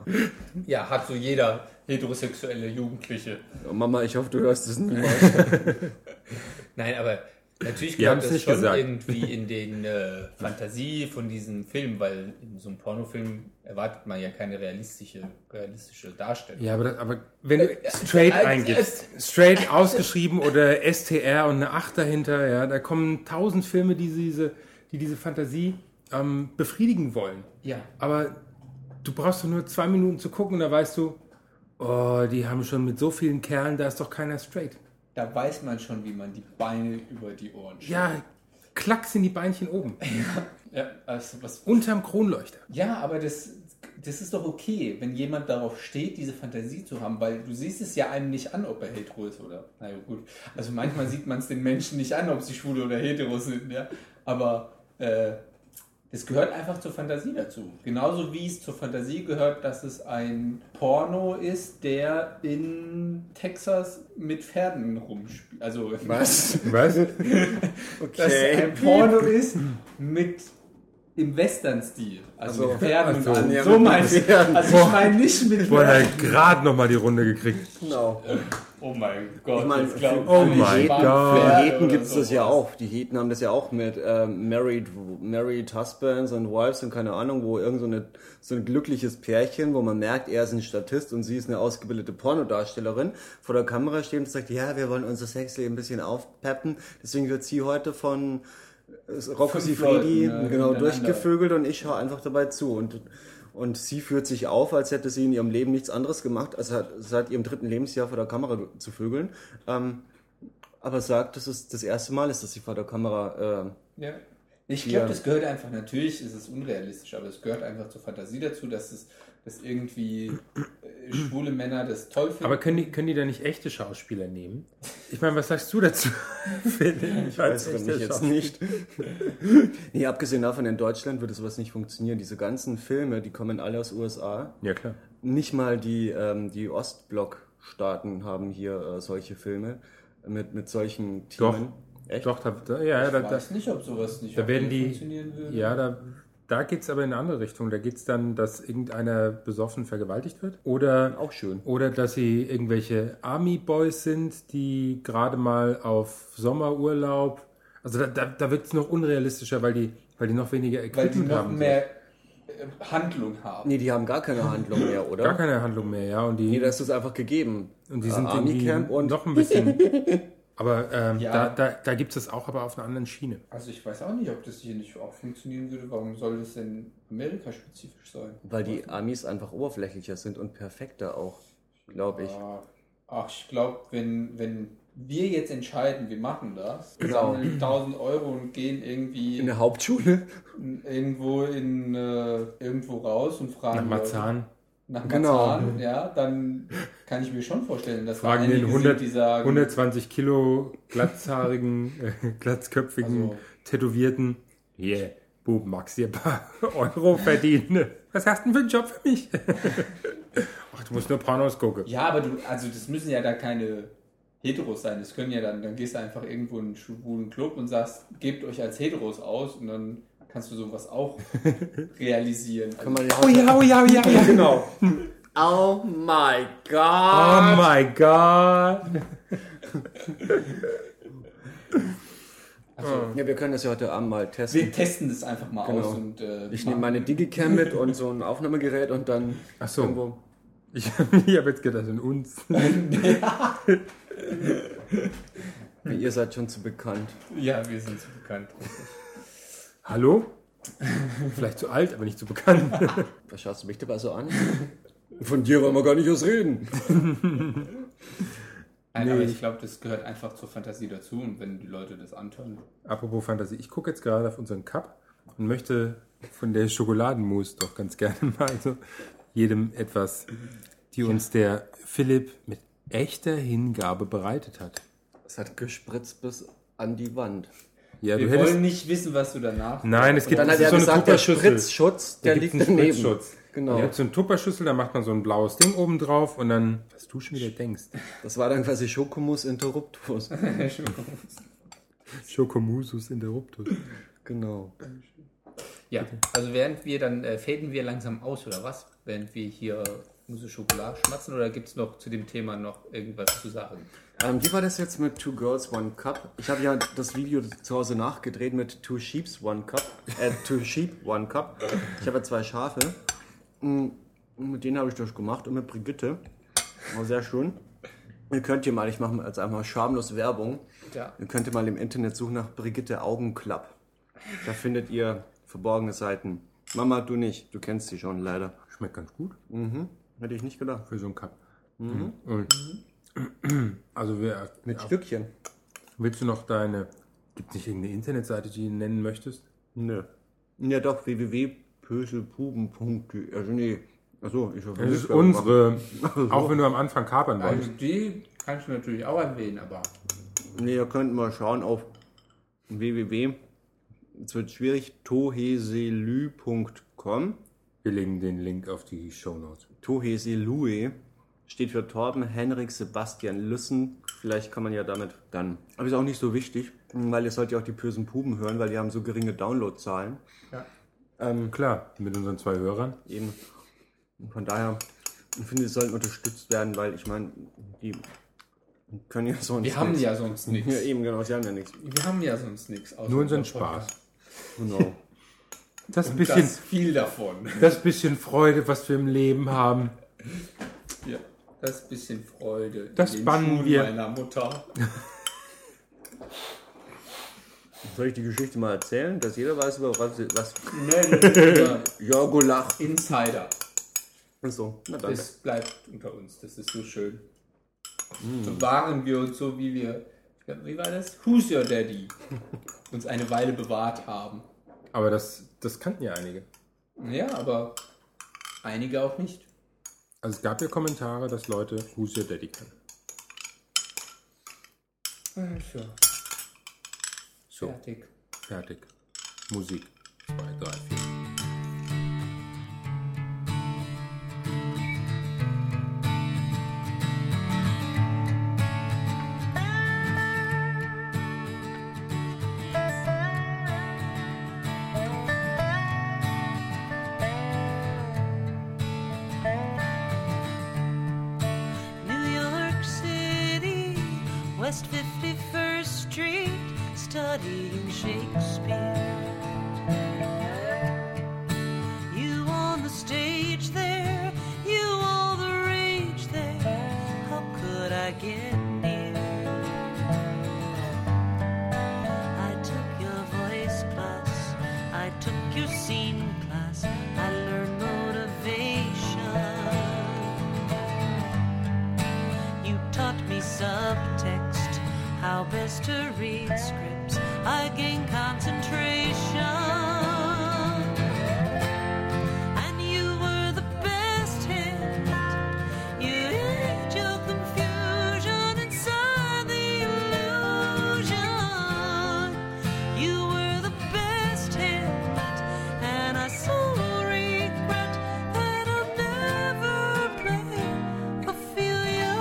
[SPEAKER 7] ja, hat so jeder heterosexuelle Jugendliche.
[SPEAKER 4] Mama, ich hoffe, du hörst es nicht.
[SPEAKER 7] Nein, aber natürlich
[SPEAKER 2] Wir
[SPEAKER 7] gehört
[SPEAKER 2] haben's
[SPEAKER 7] das
[SPEAKER 2] nicht
[SPEAKER 7] schon
[SPEAKER 2] gesagt. [LAUGHS]
[SPEAKER 7] irgendwie in den äh, Fantasie von diesem Film, weil in so einem Pornofilm erwartet man ja keine realistische, realistische Darstellung.
[SPEAKER 2] Ja, aber, das, aber wenn du straight eingibst, straight ausgeschrieben oder STR und eine 8 dahinter, ja, da kommen tausend Filme, die diese, die diese Fantasie ähm, befriedigen wollen.
[SPEAKER 7] Ja.
[SPEAKER 2] Aber du brauchst doch nur zwei Minuten zu gucken und da weißt du, oh, die haben schon mit so vielen Kerlen, da ist doch keiner straight.
[SPEAKER 7] Da weiß man schon, wie man die Beine über die Ohren schiebt.
[SPEAKER 2] Ja, klack sind die Beinchen oben,
[SPEAKER 7] Ja, also was,
[SPEAKER 2] unterm Kronleuchter.
[SPEAKER 7] ja aber das, das ist doch okay, wenn jemand darauf steht, diese Fantasie zu haben, weil du siehst es ja einem nicht an, ob er hetero ist oder. Na ja, gut. Also manchmal sieht man es den Menschen nicht an, ob sie schwule oder hetero sind, ja. Aber äh, das gehört einfach zur Fantasie dazu. Genauso wie es zur Fantasie gehört, dass es ein Porno ist, der in Texas mit Pferden rumspielt. Also
[SPEAKER 4] Was?
[SPEAKER 2] Was?
[SPEAKER 7] dass [LAUGHS] ein Porno ist mit im Western-Stil. Also mit Pferden und allem.
[SPEAKER 4] Ja,
[SPEAKER 7] So
[SPEAKER 4] mit
[SPEAKER 7] meinst du.
[SPEAKER 4] Pferden.
[SPEAKER 7] Also ich meine nicht mit
[SPEAKER 2] Boah,
[SPEAKER 7] Pferden.
[SPEAKER 2] er hat gerade nochmal die Runde gekriegt.
[SPEAKER 4] Genau.
[SPEAKER 7] Oh mein Gott,
[SPEAKER 4] Ich meine,
[SPEAKER 7] das glauben
[SPEAKER 2] oh
[SPEAKER 7] alle,
[SPEAKER 2] mein
[SPEAKER 7] ich war ein
[SPEAKER 2] Gott.
[SPEAKER 7] Pferd
[SPEAKER 4] Die Heten
[SPEAKER 7] oder
[SPEAKER 4] gibt es das ja
[SPEAKER 7] sowas.
[SPEAKER 4] auch. Die Heten haben das ja auch mit ähm, married, married Husbands und Wives und keine Ahnung, wo irgend so, eine, so ein glückliches Pärchen, wo man merkt, er ist ein Statist und sie ist eine ausgebildete Pornodarstellerin, vor der Kamera steht und sagt, ja, wir wollen unser Sexleben ein bisschen aufpeppen, deswegen wird sie heute von äh, Rocco
[SPEAKER 7] Fünf
[SPEAKER 4] Sifredi
[SPEAKER 7] Leuten, äh,
[SPEAKER 4] genau,
[SPEAKER 7] hintereinander.
[SPEAKER 4] durchgevögelt und ich schaue einfach dabei zu und und sie führt sich auf, als hätte sie in ihrem Leben nichts anderes gemacht, als hat, seit ihrem dritten Lebensjahr vor der Kamera ge- zu vögeln. Ähm, aber sagt, dass es das erste Mal ist, dass sie vor der Kamera. ähm,
[SPEAKER 7] Ja. Ich glaube,
[SPEAKER 4] Ja.
[SPEAKER 7] das gehört einfach, natürlich ist es unrealistisch, aber es gehört einfach zur Fantasie dazu, dass es dass irgendwie äh, schwule Männer das toll finden.
[SPEAKER 2] Aber können die, können die da nicht echte Schauspieler nehmen? Ich meine, was sagst du dazu? [LAUGHS] Philipp? ich
[SPEAKER 4] weiß ich
[SPEAKER 2] der
[SPEAKER 4] jetzt
[SPEAKER 2] Schauspieler.
[SPEAKER 4] nicht. [LAUGHS] nee, abgesehen davon, in Deutschland würde sowas nicht funktionieren. Diese ganzen Filme, die kommen alle aus USA.
[SPEAKER 2] Ja, klar.
[SPEAKER 4] Nicht mal die, ähm, die Ostblock-Staaten haben hier äh, solche Filme mit, mit solchen
[SPEAKER 2] Doch.
[SPEAKER 4] Themen. Echt?
[SPEAKER 2] Doch, da, da, ja, ja,
[SPEAKER 7] ich
[SPEAKER 2] da, da,
[SPEAKER 7] weiß nicht, ob sowas nicht
[SPEAKER 2] da
[SPEAKER 7] auch
[SPEAKER 2] werden
[SPEAKER 7] hier
[SPEAKER 2] die-
[SPEAKER 7] funktionieren würde.
[SPEAKER 2] ja, da Da geht es aber in eine andere Richtung. Da geht es dann, dass irgendeiner besoffen vergewaltigt wird. Oder,
[SPEAKER 4] Auch schön.
[SPEAKER 2] oder dass sie irgendwelche Army-Boys sind, die gerade mal auf Sommerurlaub. Also da, da, da wird es noch unrealistischer, weil die, weil die noch weniger
[SPEAKER 7] Weil die
[SPEAKER 2] Equipment
[SPEAKER 7] noch
[SPEAKER 2] haben.
[SPEAKER 7] mehr äh, Handlung haben.
[SPEAKER 4] Nee, die haben
[SPEAKER 2] [LAUGHS]
[SPEAKER 4] gar keine Handlung mehr, oder?
[SPEAKER 2] Gar keine Handlung mehr, ja. Und die,
[SPEAKER 4] Nee, das ist einfach gegeben.
[SPEAKER 2] und die sind
[SPEAKER 4] Äh,
[SPEAKER 2] irgendwie
[SPEAKER 4] Army-Camp und
[SPEAKER 2] noch ein bisschen. [LAUGHS] aber ähm,
[SPEAKER 7] Ja.
[SPEAKER 2] da, da, da gibt es das auch, aber auf einer anderen Schiene.
[SPEAKER 7] Also ich weiß auch nicht, ob das hier nicht auch funktionieren würde. Warum soll das denn Amerika-spezifisch sein?
[SPEAKER 4] weil die Amis einfach oberflächlicher sind und perfekter auch, glaube ich.
[SPEAKER 7] Ja. Ah, Ach, ich glaube, wenn, wenn wir jetzt entscheiden, wir machen das,
[SPEAKER 4] Genau.
[SPEAKER 7] sammeln 1000 Euro und gehen irgendwie
[SPEAKER 4] In der Hauptschule?
[SPEAKER 7] in- irgendwo in äh, irgendwo raus und fragen
[SPEAKER 2] Nach
[SPEAKER 7] Leute-
[SPEAKER 2] Marzahn.
[SPEAKER 7] nach
[SPEAKER 4] Genau.
[SPEAKER 7] Marzahn, ja, dann kann ich mir schon vorstellen, dass da
[SPEAKER 2] Fragen
[SPEAKER 7] einige
[SPEAKER 2] den 100,
[SPEAKER 7] sind, die sagen,
[SPEAKER 2] 120 Kilo glatzhaarigen, [LAUGHS] äh, glatzköpfigen,
[SPEAKER 7] Also-
[SPEAKER 2] tätowierten. Yeah, Buben, magst dir ein paar [LAUGHS] Euro verdienen? Was hast du denn für einen Job für mich? [LAUGHS] Ach, du musst nur Pornos gucken.
[SPEAKER 7] ja, aber du, also das müssen ja da keine Heteros sein. Das können ja dann, dann gehst du einfach irgendwo in einen schwulen Club und sagst, gebt euch als Heteros aus und dann kannst du sowas auch
[SPEAKER 2] [LAUGHS]
[SPEAKER 7] realisieren.
[SPEAKER 4] Kann
[SPEAKER 7] Also,
[SPEAKER 4] man ja
[SPEAKER 2] Oh ja, oh ja, oh ja, ja, genau.
[SPEAKER 4] Oh my
[SPEAKER 2] Oh
[SPEAKER 4] god!
[SPEAKER 2] mein Gott.
[SPEAKER 4] Ja, wir können das ja heute Abend mal testen.
[SPEAKER 7] wir testen das einfach mal
[SPEAKER 4] Genau.
[SPEAKER 7] aus und äh,
[SPEAKER 4] Ich nehme
[SPEAKER 7] machen-
[SPEAKER 4] meine Digicam mit und so ein Aufnahmegerät und dann
[SPEAKER 2] Ach so.
[SPEAKER 4] irgendwo.
[SPEAKER 2] Ich, [LAUGHS] ich habe jetzt gedacht, in uns.
[SPEAKER 4] Ihr seid schon zu bekannt.
[SPEAKER 7] Ja, wir sind zu bekannt.
[SPEAKER 2] Hallo? Vielleicht zu alt, aber nicht zu bekannt.
[SPEAKER 4] Was schaust du mich dabei so
[SPEAKER 2] [LAUGHS]
[SPEAKER 4] an? Von dir wollen wir gar nicht erst reden.
[SPEAKER 7] Nein, aber ich glaube, das gehört einfach zur Fantasie dazu und wenn die Leute das antören.
[SPEAKER 2] Apropos Fantasie, ich gucke jetzt gerade auf unseren Cup und möchte von der Schokoladenmousse doch ganz [LAUGHS] gerne mal so jedem etwas, die uns der Philipp mit echter Hingabe bereitet hat.
[SPEAKER 4] Es hat gespritzt bis an die Wand.
[SPEAKER 2] Ja,
[SPEAKER 7] Wir
[SPEAKER 2] du hättest. Hm,
[SPEAKER 7] wollen nicht wissen, was du danach.
[SPEAKER 2] Nein, es gibt
[SPEAKER 4] Dann hat
[SPEAKER 2] es ist
[SPEAKER 4] er gesagt, der
[SPEAKER 2] Tupperschüssel.
[SPEAKER 4] Spritzschutz,
[SPEAKER 2] Da
[SPEAKER 4] der
[SPEAKER 2] gibt's
[SPEAKER 4] liegt
[SPEAKER 2] einen
[SPEAKER 4] daneben.
[SPEAKER 2] Spritzschutz.
[SPEAKER 4] Genau.
[SPEAKER 2] Ihr habt so eine Tupperschüssel, da macht man so ein blaues Ding oben drauf und dann, was du schon wieder denkst.
[SPEAKER 4] [LAUGHS] Das war dann quasi Schokomus Interruptus.
[SPEAKER 2] Schokomusus interruptus.
[SPEAKER 4] [LAUGHS] Genau.
[SPEAKER 7] Ja, also während wir dann äh, faden wir langsam aus oder was? Während wir hier Mousse Schokolade schmatzen oder gibt es noch zu dem Thema noch irgendwas zu sagen?
[SPEAKER 4] Ähm, wie war das jetzt mit Two Girls One Cup? Ich habe ja das Video zu Hause nachgedreht mit Two Sheeps One Cup. Äh, Two Sheep One Cup. Ich habe ja zwei Schafe. Mm, Mit denen habe ich das gemacht und mit Brigitte. War sehr schön. Ihr könnt ihr mal, ich mache jetzt einfach mal schamlos Werbung.
[SPEAKER 7] Ja.
[SPEAKER 4] Ihr könnt ihr mal im Internet suchen nach Brigitte Augenklapp. Da findet ihr verborgene Seiten. Mama, du nicht. Du kennst sie schon, leider.
[SPEAKER 2] Schmeckt ganz gut
[SPEAKER 4] Mhm. Hätte ich nicht gedacht.
[SPEAKER 2] für so einen Cup. Und, also wir
[SPEAKER 4] Mhm. Mit Stückchen.
[SPEAKER 2] Willst du noch deine. Gibt es nicht irgendeine Internetseite, die du nennen möchtest?
[SPEAKER 4] Nö. Ja doch, www.pöselpuben.de. Also nee. Achso, ich hoffe,
[SPEAKER 2] Das ist
[SPEAKER 4] ich habe
[SPEAKER 2] unsere. Auch wenn du am Anfang kapern
[SPEAKER 7] Also
[SPEAKER 2] wolltest.
[SPEAKER 7] die kannst du natürlich auch erwähnen, aber
[SPEAKER 4] gemacht. Nee, ihr könnt mal schauen auf www. Es wird schwierig. toheselü.com.
[SPEAKER 2] Wir legen den Link auf die Shownotes.
[SPEAKER 4] Toheselue steht für Torben Henrik Sebastian Lüssen. Vielleicht kann man ja damit dann. Aber ist auch nicht so wichtig, weil ihr sollt ja auch die bösen Puben hören, weil die haben so geringe Downloadzahlen.
[SPEAKER 7] Ähm,
[SPEAKER 2] Klar, mit unseren zwei Hörern.
[SPEAKER 4] Eben. Und von daher, ich finde, sie sollten unterstützt werden, weil ich meine, die können ja sonst.
[SPEAKER 7] wir haben
[SPEAKER 4] nichts.
[SPEAKER 7] ja sonst nichts.
[SPEAKER 4] [LAUGHS] Ja, eben, genau, sie haben ja nichts.
[SPEAKER 7] Wir haben ja sonst nichts. außer
[SPEAKER 2] Nur unseren
[SPEAKER 7] unserem Podcast.
[SPEAKER 2] Spaß.
[SPEAKER 4] Genau.
[SPEAKER 2] Das bisschen,
[SPEAKER 7] Das
[SPEAKER 2] das.
[SPEAKER 7] viel davon.
[SPEAKER 2] bisschen Freude, was wir im Leben haben.
[SPEAKER 7] Ja. Das bisschen Freude. in
[SPEAKER 2] Das
[SPEAKER 7] den
[SPEAKER 2] bannen
[SPEAKER 7] Schuhen
[SPEAKER 2] wir.
[SPEAKER 7] meiner Mutter.
[SPEAKER 4] Soll ich die Geschichte mal erzählen, dass jeder weiß, über was. was
[SPEAKER 7] Nein,
[SPEAKER 4] Jorgo lacht.
[SPEAKER 7] Insider.
[SPEAKER 4] So, na dann.
[SPEAKER 7] Das bleibt unter uns. Das ist so schön. Bewahren wir uns so, wie wir, ich glaub, wie war das? Who's your daddy? Uns eine Weile bewahrt haben.
[SPEAKER 2] Aber das, das kannten ja einige.
[SPEAKER 7] Ja, aber einige auch nicht.
[SPEAKER 2] Also es gab ja Kommentare, dass Leute Who's Your Daddy kennen.
[SPEAKER 7] Also,
[SPEAKER 2] So,
[SPEAKER 7] fertig.
[SPEAKER 2] fertig. Musik. Zwei, drei, vier.
[SPEAKER 8] Thank West 51st Street, studying Shakespeare. You on the stage there, you all the rage there. How could I get near? I took your voice class, I took your scene class, I learned motivation. You taught me subtext, how best to read scripts. I gained concentration. And you were the best hit. You hid your confusion inside the illusion. You were the best hit, and I so regret that I'll never play Ophelia.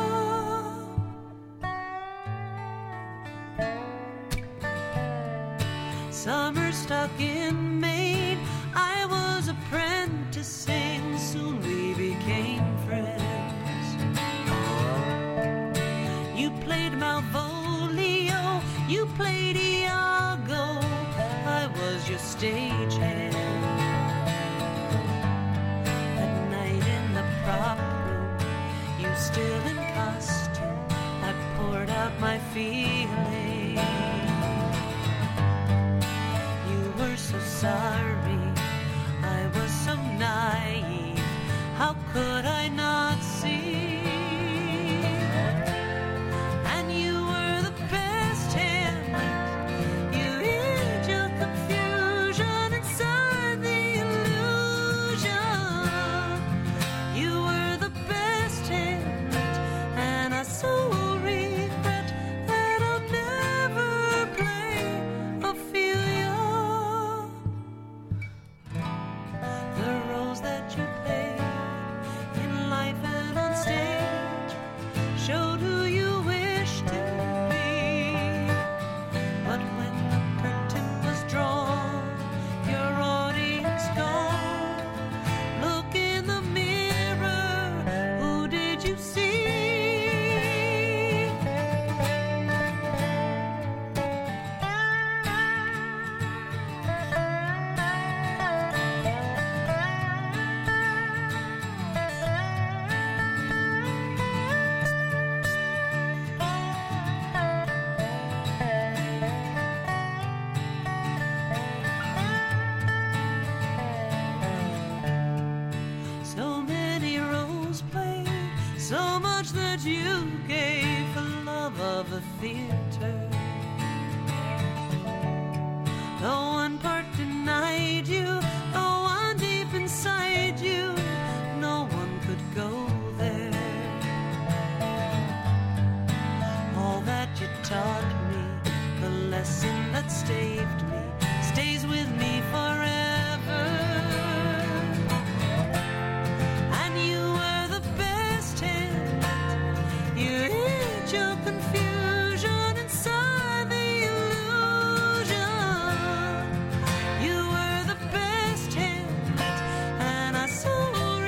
[SPEAKER 8] Summer stuck in Maine. I was apprenticing. Soon we became friends. You played Malvolio. You played Iago. I was your stagehand. At night in the prop room, you still in costume. I poured out my feelings. You were so sorry. I was so naive. How could I not see? And you were the best hand. You hid your confusion inside the illusion. You were the best hand, and I so regret that I'll never play Ophelia. The roles that you played in life and on stage showed who you wished to be. But when the curtain was drawn, your audience gone. Look in the mirror, who did you see? So many roles played, so much that you gave for love of the theater. Though one part denied you, though one deep inside you, no one could go there. All that you taught me, the lesson that saved me, stays with me forever. And you were the best hit. You hid your confusion inside the illusion. You were the best hit, and I so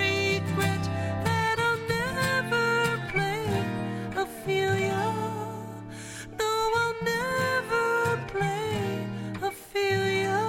[SPEAKER 8] regret that I'll never play Ophelia. No, I'll never play Ophelia.